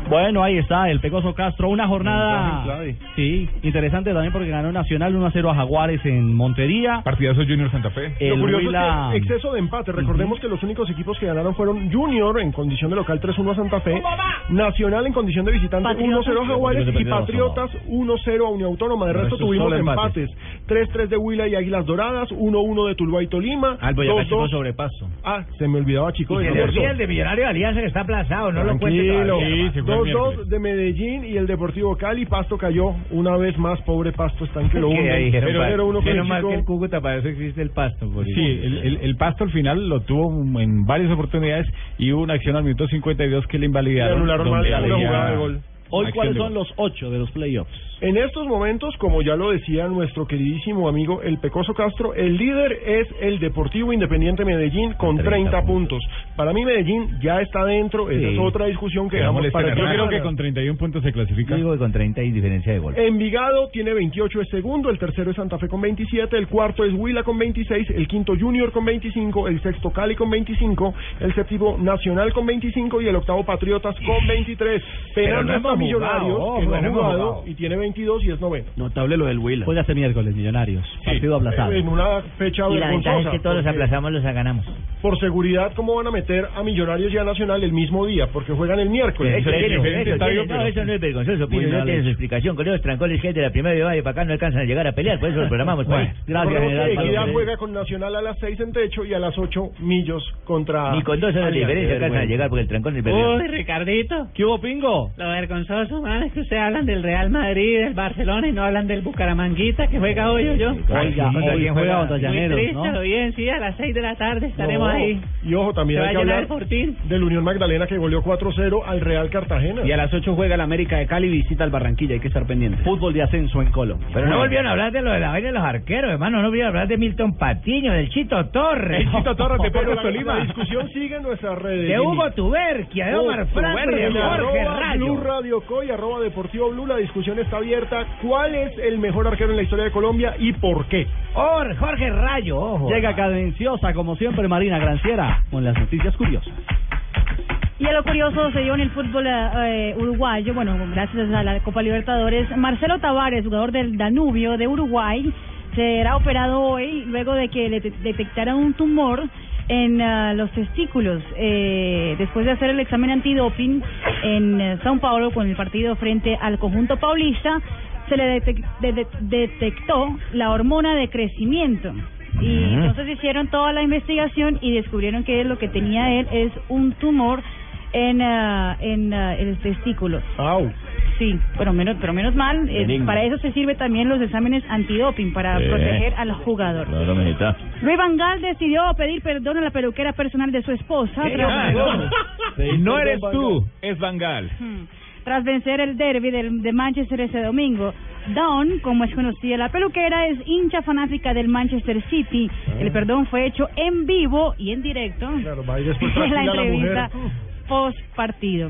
S6: Bueno, ahí está el Pecoso Castro. Una jornada.
S4: Mensaje
S6: Sí, interesante también porque ganó Nacional 1 a 0 a Jaguares en Montería.
S9: Partidazo Junior Santa Fe.
S6: El
S11: Lo curioso
S6: Huila-
S11: es que exceso de empate. Recordemos que los únicos equipos que ganaron fueron Junior en condición de local 3-1 a Santa Fe, Nacional en condición de visitante 1-0 a Jaguares y Patriotas 1-0 a Unión Autónoma. De
S6: El
S11: resto
S6: resto
S11: tuvimos
S6: solo
S11: empates.
S6: empates.
S11: 3-3 de Huila y Águilas Doradas, 1-1 de Tuluá y Tolima.
S6: Al Boyacá Chico
S11: sobrepaso. Ah, se me olvidaba, chico.
S6: Y
S11: de
S6: se le
S11: Somerso.
S6: olvida el de
S70: Millonario Alianza que está aplazado,
S11: Tranquilo,
S15: Sí, se fue el miércoles.
S11: 2-2 de Medellín y el Deportivo Cali. Pasto cayó una vez más. Pobre Pasto está en que lo
S15: Sí, ahí
S11: hunde.
S15: dijeron,
S11: Pero
S15: pa-
S11: era uno con
S15: menos
S11: el
S15: mal
S11: chico.
S15: que el
S6: Cúcuta, para eso existe el pasto.
S15: Sí, el, el- el pasto al final lo tuvo en varias oportunidades y hubo una acción al minuto 52 que le invalidaron.
S11: Le anularon
S15: donde
S11: mal, una
S15: había
S11: jugada de gol.
S15: acción de gol.
S11: los ocho de los playoffs? En estos momentos, como ya lo decía nuestro queridísimo amigo El Pecoso Castro, el líder es el Deportivo Independiente Medellín con 30, puntos. Para mí Medellín ya está dentro, esa
S15: Sí.
S11: es otra discusión que
S15: Pero
S11: damos
S15: molesta
S11: para
S15: Yo
S11: otra
S15: creo que
S11: semana.
S15: con 31 puntos se clasifica. Digo que con 30 y diferencia de gol.
S11: Eh, Envigado tiene 28 es segundo, el tercero es Santa Fe con 27, el cuarto es Huila con 26, el quinto Junior con 25, el sexto Cali con 25, el séptimo Nacional con 25 y el octavo Patriotas con 23.
S8: Pero
S11: Penando
S8: no hemos
S11: a Millonarios,
S8: jugado,
S11: que no
S8: ojo,
S11: ha
S8: no hemos
S11: jugado,
S8: jugado.
S11: y tiene 22 y es noveno.
S8: Notable lo del Will. Juega este miércoles, Millonarios. Partido aplazado.
S11: En una fecha
S8: Y la ventaja
S11: vergonzosa.
S8: es que todos los
S11: porque
S8: aplazamos,
S12: los ganamos.
S11: Por seguridad, ¿cómo van a meter a Millonarios y a Nacional el mismo día? Porque juegan el miércoles.
S12: Eso
S11: Es
S12: tiene,
S11: diferente
S12: eso
S11: estadio,
S12: tiene,
S11: pero-
S12: no, eso no es vergonzoso, Pino,
S11: Muy
S12: no
S11: mal
S12: tiene
S11: hecho.
S12: su explicación. Con esos trancones que hay de la primera de Valle para acá no alcanzan a llegar a pelear, por eso lo programamos. pues. para ahí.
S11: Recordemos que Equidad juega con Nacional a las 6 en techo y a las 8 millos contra.
S12: Ni con dos horas de
S11: Alianza.
S12: diferencia alcanzan a llegar porque el trancón es perdido.
S36: Ricardito.
S12: ¿Qué hubo, pingo?
S36: Lo vergonzoso, man, es que ustedes hablan del Real Madrid, del Barcelona y no hablan del Bucaramanguita que juega hoy o yo.
S11: Oiga,
S36: Muy
S11: ¿contra quién juega? Contra Llaneros,
S36: triste,
S11: ¿no?
S36: lo bien, sí, a las 6 de la tarde estaremos
S11: No.
S36: ahí.
S11: Y ojo, también
S36: Se va
S11: hay que
S36: a llenar
S11: hablar
S36: el fortín.
S11: del Unión Magdalena que goleó 4-0 al Real Cartagena.
S6: Y a las 8 juega el América de Cali y visita al Barranquilla. Hay que estar pendiente. Fútbol de ascenso en Colombia.
S12: Pero no volvieron a hablar de lo de la vaina de los arqueros, hermano. No volvieron a hablar de Milton Patiño, del Chito Torres.
S11: El Chito Torres de
S12: Pedro
S11: Pero la, la discusión sigue en nuestras redes.
S12: De Hugo Tuberquia, de Omar
S11: Hugo
S12: Franco y de
S11: Tuberquia,
S12: Jorge
S11: arroba
S12: Rayo.
S11: Blue Radio Co y arroba Deportivo Blue. La discusión está abierta. ¿Cuál es el mejor arquero en la historia de Colombia y por qué?
S12: Jorge Rayo, ojo.
S6: Llega cadenciosa, como siempre, Marina Granciera, con las noticias curiosas.
S10: Y a lo curioso se dio en el fútbol eh, eh, uruguayo, bueno, gracias a la Copa Libertadores, Marcelo Tavares, jugador del Danubio de Uruguay, será operado hoy luego de que le te- detectaran un tumor en ah, los testículos eh, después de hacer el examen antidoping en eh, Sao Paulo con el partido frente al conjunto paulista se le detec- de- de- detectó la hormona de crecimiento y
S16: Ujú.
S10: entonces hicieron toda la investigación y descubrieron que lo que tenía él es un tumor en, ah, en ah, el testículo. Sí, pero menos, pero menos mal. eh,
S17: Benigno.
S10: para eso se sirve también los exámenes antidoping para
S17: Sí.
S10: proteger al jugador.
S17: Claro, mijita.
S10: Luis Van Gaal decidió pedir perdón a la peluquera personal de su esposa.
S17: ¿Qué?
S10: tras-
S17: Ah, no.
S11: Y
S18: no eres tú, es Bangal.
S10: Hmm. tras vencer el derby de Manchester ese domingo. Dawn, como es conocida la peluquera, es hincha fanática del Manchester City. El perdón fue hecho en vivo y en directo
S11: Va y después
S10: en la
S11: tranquila la
S10: entrevista
S11: mujer.
S10: post partido.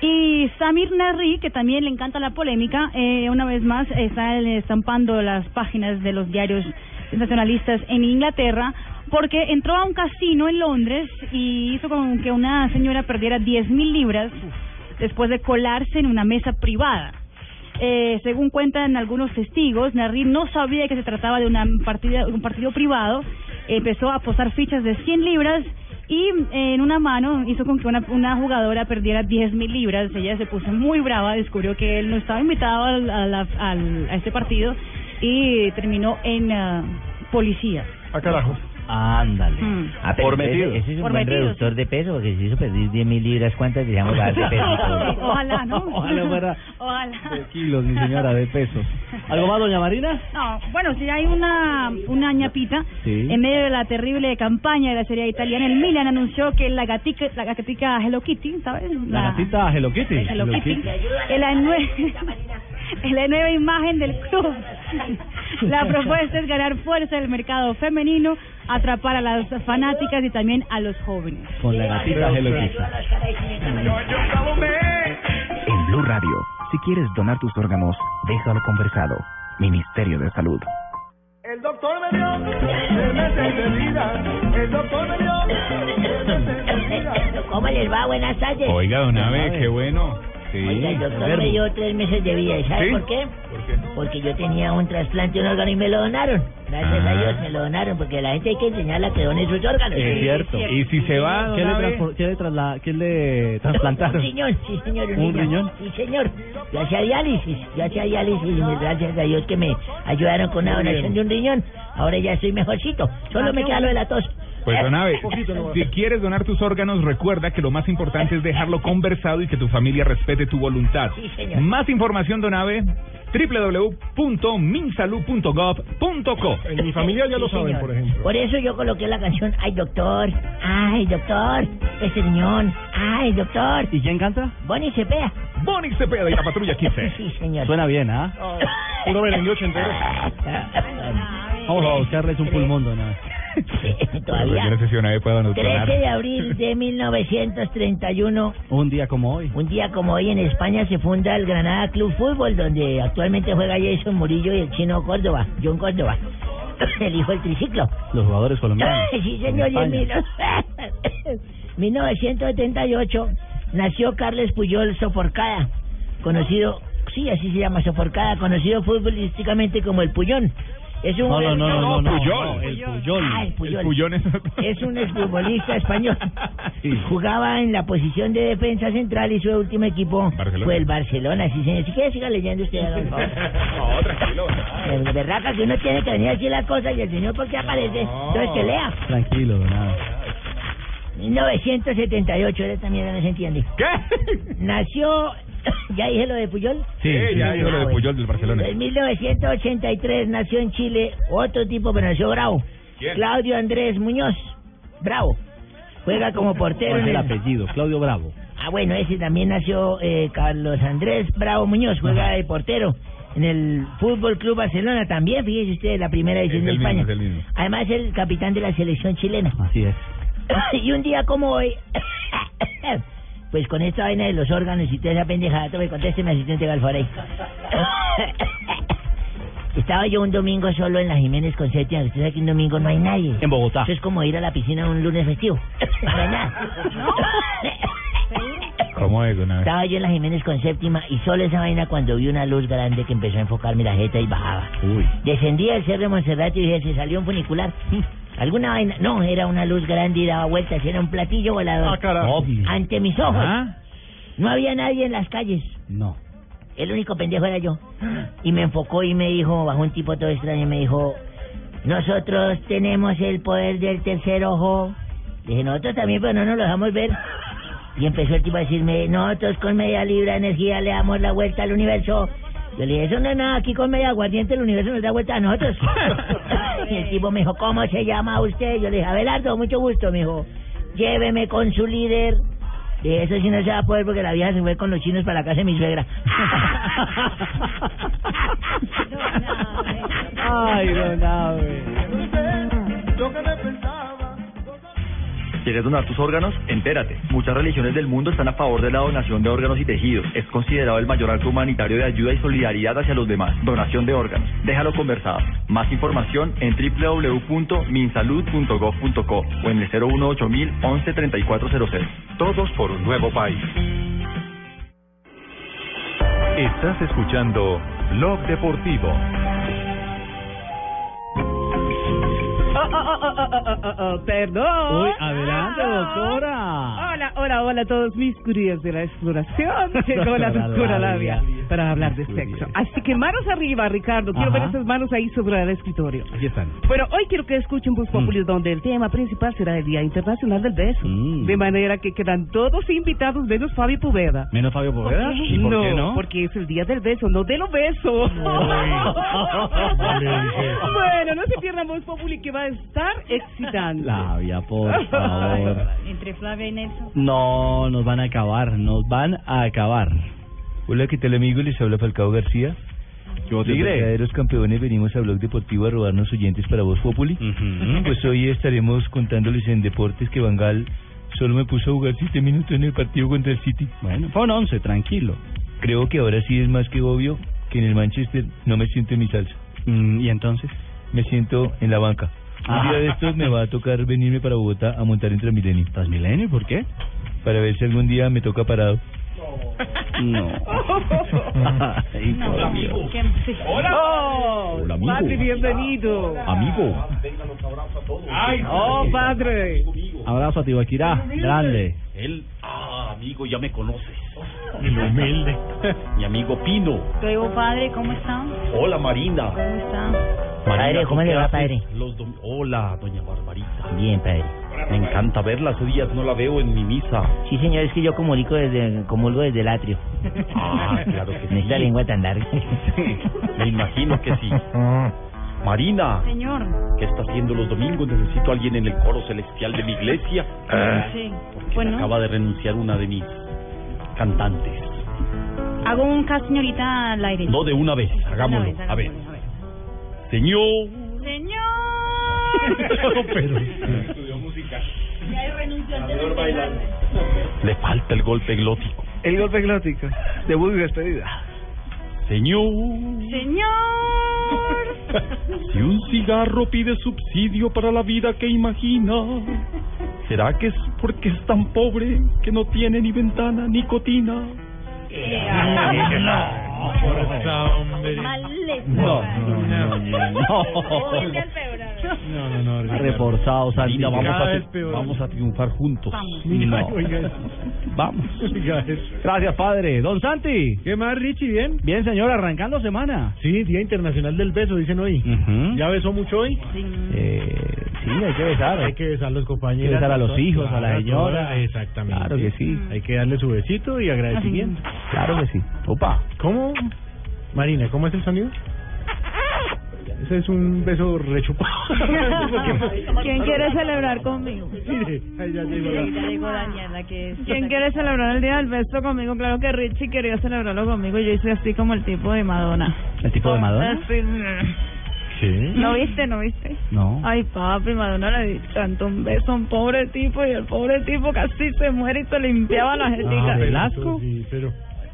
S10: Y Samir Narri, que también le encanta la polémica, eh, una vez más está eh, estampando las páginas de los diarios sensacionalistas en Inglaterra porque entró a un casino en Londres y hizo con que una señora perdiera 10 mil libras después de colarse en una mesa privada. Eh, según cuentan algunos testigos, Narri no sabía que se trataba de una partida, un partido privado. Empezó a apostar fichas de 100 libras y eh, en una mano hizo con que una, una jugadora perdiera 10 mil libras. Ella se puso muy brava, descubrió que él no estaba invitado al- a, la- al- a este partido y terminó en ah, policía.
S11: A carajo.
S12: Ándale.
S10: Mm.
S12: Ah, pero
S10: Por
S12: ese-
S10: metido.
S12: Ese, es un
S10: Por
S12: buen
S10: metido,
S12: reductor de peso, porque si hizo perder 10 mil libras, ¿cuántas digamos va a dar de peso?
S10: Ojalá, ¿no?
S6: Ojalá fuera
S10: Ojalá.
S6: de kilos, mi señora, de pesos. ¿Algo más, doña Marina?
S10: No, bueno, si hay una, una ñapita,
S6: Sí.
S10: en medio de la terrible campaña de la Serie A italiana, el Milan anunció que la gatica, la gatica Hello Kitty, ¿sabes?
S6: La gatita Hello Kitty.
S10: Hello Kitty, es la, nue- es la nueva imagen del club. La propuesta es ganar fuerza del mercado femenino, atrapar a las fanáticas y también a los jóvenes.
S6: Con la gatita Hello Kitty.
S71: En Blue Radio, si quieres donar tus órganos, déjalo conversado. Ministerio de Salud.
S68: El doctor me dio tres meses de vida. El doctor me dio tres meses de vida.
S17: ¿Cómo les va? Buenas tardes.
S13: Oiga, don Abe, qué bueno. Sí.
S17: Oiga, el doctor me dio tres meses de vida. ¿Y sabe por qué? Porque yo tenía un trasplante de un órgano y me lo donaron. Gracias
S13: Ah.
S17: a Dios me lo donaron, porque la gente hay que enseñarla que done sus órganos.
S6: Es cierto.
S17: Y
S6: si se
S17: va,
S6: ¿Qué le,
S17: don Abe?
S6: transfor- qué le, trasla- qué le trasplantaron?
S17: Un riñón, sí, señor.
S6: ¿Un riñón?
S17: Sí, señor. Yo hacía diálisis. Yo hacía diálisis y gracias a Dios que me ayudaron con una
S6: Muy bien.
S17: donación de un riñón. Ahora ya estoy mejorcito. Solo
S6: Ah,
S17: me
S6: qué
S17: queda lo de
S6: bueno.
S17: la tos.
S5: Pues Donabe,
S64: Poquito nomás.
S5: si quieres donar tus órganos, recuerda que lo más importante es dejarlo conversado y que tu familia respete tu voluntad.
S17: señor.
S5: Más información, Donabe, www.minsalud.gov.co.
S64: En mi familia ya lo
S17: Sí,
S64: saben,
S17: señor.
S64: por ejemplo.
S17: Por eso yo coloqué la canción Ay doctor, ay doctor, este riñón, ay doctor. ¿Y quién canta? Bonnie Cepeda.
S5: Bonnie Cepeda y la patrulla 15.
S17: Sí, señor.
S4: Suena bien, ¿ah?
S64: Puro merengue ochentero.
S4: Vamos a buscarles un pulmón, Donabe.
S17: Todavía.
S5: Yo no sé si Donabe puede donar.
S17: 13 de abril de 1931,
S4: Un día como hoy.
S17: un día como hoy en España se funda el Granada Club Fútbol, donde actualmente juega Jason Murillo y el chino Córdoba, John Córdoba, el hijo del triciclo.
S4: Los jugadores colombianos.
S17: sí,
S4: En
S17: señor, y en
S4: España.
S17: mil- 1978 nació Carles Puyol Soforcada, conocido, sí, así se llama Soforcada, conocido futbolísticamente como el Puyón. Es un
S4: No, no, no, no, no, no,
S5: Puyol.
S4: no, el Puyol.
S17: Ah, el Puyol.
S5: El Puyón es...
S17: Es un exfutbolista español. Jugaba en la posición de defensa central y su último equipo
S5: Barcelona.
S17: fue el Barcelona. Sí, señor. Si quiere, siga leyendo usted. don Pablo.
S5: No, tranquilo.
S17: De verdad que uno tiene que venir a decir las cosas y el señor porque aparece. Entonces que lea.
S4: Tranquilo, Donabe.
S17: 1978, él también no se entiende.
S5: ¿Qué?
S17: Nació, ya dije lo de Puyol.
S5: Sí, ya dijo lo de Puyol del Barcelona.
S17: En 1983 nació en Chile otro tipo, pero nació bravo.
S5: ¿Quién?
S17: Claudio Andrés Muñoz. Bravo. Juega como portero.
S4: ¿Cuál es el
S17: en el-
S4: apellido? Claudio Bravo.
S17: Ah, bueno, ese también nació eh, Carlos Andrés Bravo Muñoz, juega de portero en el Fútbol Club Barcelona también, fíjese usted, la primera
S5: Es
S17: división de
S5: el mismo,
S17: España.
S5: es el mismo.
S17: Además, es el capitán de la selección chilena.
S4: Así es.
S17: y un día como hoy, pues con esta vaina de los órganos y toda esa pendejada, tome, contésteme, asistente Galfarey. Estaba yo un domingo solo en la Jiménez Concepción. Usted sabe que un domingo no hay nadie.
S4: En Bogotá.
S17: Eso es como ir a la piscina un lunes festivo. No hay nada.
S5: ¿Cómo es, Donabe?
S17: Estaba yo en la Jiménez con séptima y solo esa vaina cuando vi una luz grande que empezó a enfocarme la jeta y bajaba.
S5: Uy.
S17: Descendí al cerro de Montserrat y dije, se salió un funicular. ¿Alguna vaina? No, era una luz grande y daba vueltas, era un platillo volador. Ante mis ojos.
S4: ¿Ah?
S17: No había nadie en las calles.
S4: No.
S17: El único pendejo era yo. Y me enfocó y me dijo, bajo un tipo todo extraño, y me dijo, nosotros tenemos el poder del tercer ojo. Dije, nosotros también, pero no nos lo dejamos ver. Y empezó el tipo a decirme, nosotros con media libra de energía le damos la vuelta al universo. Yo le dije, eso no es nada, aquí con media aguardiente el universo nos da vuelta a nosotros. y el tipo me dijo, ¿cómo se llama usted? Yo le dije, Abelardo, mucho gusto, me dijo, lléveme con su líder. De eso sí no se va a poder porque la vieja se fue con los chinos para la casa de mi suegra.
S4: Ay, Donabe.
S72: Yo que me pensaba.
S2: ¿Quieres donar tus órganos? Entérate. Muchas religiones del mundo están a favor de la donación de órganos y tejidos. Es considerado el mayor acto humanitario de ayuda y solidaridad hacia los demás. Donación de órganos. Déjalo conversado. Más información en www.minsalud.gov.co o en el 018000 113400.
S3: Todos por un nuevo país. Estás escuchando Blog Deportivo.
S44: Oh, oh, oh, oh, oh, oh, oh, oh, perdón. Ah,
S4: Uy, adelante, doctora.
S44: Hola, hola, hola a todos mis curiosos de la exploración. Llegó la doctora Labia para hablar de sexo. Así que manos arriba, Ricardo. Quiero
S4: Ajá.
S44: ver esas manos ahí sobre el escritorio.
S4: Aquí están.
S44: Bueno, hoy quiero que escuchen Bus Populi, donde el tema principal será el Día Internacional del Beso.
S4: Mm.
S44: De manera que quedan todos invitados menos Fabio Poveda.
S4: Menos Fabio Poveda. ¿Y por
S44: no,
S4: qué no?
S44: porque es el día del beso, no de los besos. bueno, no se pierdan Voz Populi que va a estar excitante.
S4: Labia, por favor.
S10: Entre Flavia y Nelson.
S4: No, nos van a acabar, nos van a acabar.
S6: Hola, ¿qué tal amigos? Les habla Falcao García. Los verdaderos campeones venimos a Blog Deportivo a robarnos oyentes para Voz Populi.
S4: Ujú.
S6: Pues hoy estaremos contándoles en deportes que Bangal solo me puso a jugar siete minutos en el partido contra el City.
S4: Bueno, fue un once, tranquilo.
S6: Creo que ahora sí es más que obvio que en el Manchester no me siento en mi salsa,
S4: Mm, ¿Y entonces?
S6: me siento en la banca. Un día de estos me va a tocar venirme para Bogotá a montar en Transmilenio
S4: ¿Transmilenio? ¿Por qué?
S6: para ver si algún día me toca parado.
S4: No. Ay, por Dios.
S10: Que- sí.
S44: Oh,
S6: Hola, amigo.
S44: padre, bienvenido.
S6: Amigo.
S44: Oh, padre.
S4: Abrazo a Tibaquirá, grande.
S73: Él, ah, amigo, ya me conoces. El humilde. Mi amigo Pino.
S10: Luego, padre, ¿cómo están?
S73: Hola, Marina.
S10: ¿Cómo están?
S13: Padre, ¿cómo le va,
S2: haces
S13: padre?
S2: los dom- Hola, doña Barbarita.
S13: Bien, padre.
S2: Me encanta verla, hace días no la veo en mi misa.
S13: Sí, señor, es que yo comunico desde, comulgo desde el atrio.
S2: Ah, claro que sí.
S13: No es la lengua tan larga.
S2: Me imagino que sí. Marina,
S9: Señor.
S2: ¿qué está haciendo los domingos? Necesito a alguien en el coro celestial de mi iglesia.
S6: Eh.
S74: Ah.
S9: Sí.
S2: Porque
S9: Bueno,
S2: acaba de renunciar una de mis cantantes.
S9: hago un cast, señorita, al aire.
S2: No de una vez, hagámoslo.
S9: Una vez,
S2: a ver. Señor.
S9: Señor.
S2: Pero
S75: Estudió música.
S9: Ya hay renuncia
S2: le falta el golpe glótico.
S74: El golpe glótico. Debut y despedida.
S2: Señor.
S9: Señor.
S2: Si un cigarro pide subsidio para la vida que imagina, ¿será que es porque es tan pobre que no tiene ni ventana ni cotina?
S4: No,
S2: no,
S4: no, no, no.
S6: Reforzados,
S4: Marina,
S6: Santi.
S4: vamos a
S6: Cada vez
S4: tri-
S6: peor.
S4: vamos
S2: a triunfar juntos.
S4: Vamos.
S6: No.
S4: Vamos. Gracias, padre. Don Santi. ¿Qué más, Richie? ¿Bien? Bien, señor, arrancando semana.
S6: Sí, Día Internacional del Beso, dicen hoy. ¿Ya besó mucho hoy?
S4: Eh, sí, hay que besar.
S6: Hay que besar a los compañeros.
S4: Hay que besar a los hijos, a la
S6: Claro,
S4: señora. eh,
S6: todas, Exactamente.
S4: Claro que sí.
S6: Hay que darle su besito y agradecimiento.
S4: Claro que sí. Opa.
S6: ¿Cómo? Marina, ¿cómo es el sonido? Ese es un beso rechupado.
S10: ¿Quién quiere celebrar conmigo?
S6: Mire, ahí ya llegó la-
S10: ¿Quién quiere celebrar el día del beso conmigo? Claro que Richie quería celebrarlo conmigo. Yo hice así como el tipo de Madonna.
S4: ¿El tipo de Madonna?
S10: Así, mm.
S4: Sí.
S10: ¿No viste? ¿No viste?
S4: No.
S10: Ay, papi, Madonna le cantó un beso a un pobre tipo y el pobre tipo casi se muere y se limpiaba la jetica.
S6: Velasco. Ah, Sí, pero...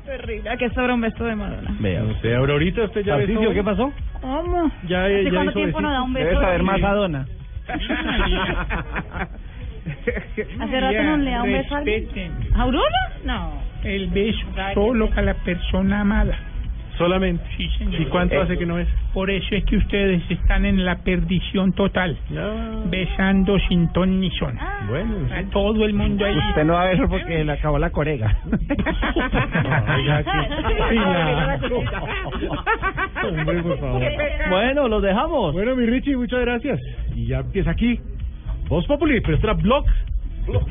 S10: Terrible, ¿a qué sobra un beso de Madonna?
S4: Vea
S6: usted, Aurorita, usted ya
S4: Tarcisio,
S6: besó.
S4: ¿qué pasó?
S10: ¿Cómo?
S6: Ya,
S10: ¿Hace
S6: ya
S10: cuánto
S6: hizo
S10: tiempo no da un beso?
S74: Debe saber más a Donna.
S10: Hace rato no le da un beso a alguien. ¿Aurora? No. El beso
S14: solo a la persona amada.
S6: Solamente.
S14: ¿Y
S6: cuánto hace
S14: Eh,
S6: que no es?
S14: Por eso es que ustedes están en la perdición total. Besando sin ton ni son.
S6: Bueno.
S14: A todo el mundo ahí.
S74: Usted no va a ver porque le acabó la corega.
S6: Hombre, por favor. Bueno, los dejamos. Bueno, mi Richie, muchas gracias. Y ya empieza aquí. Voz Populi, pero esto era Blog.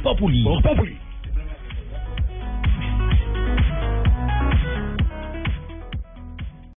S6: Populi. Voz Populi.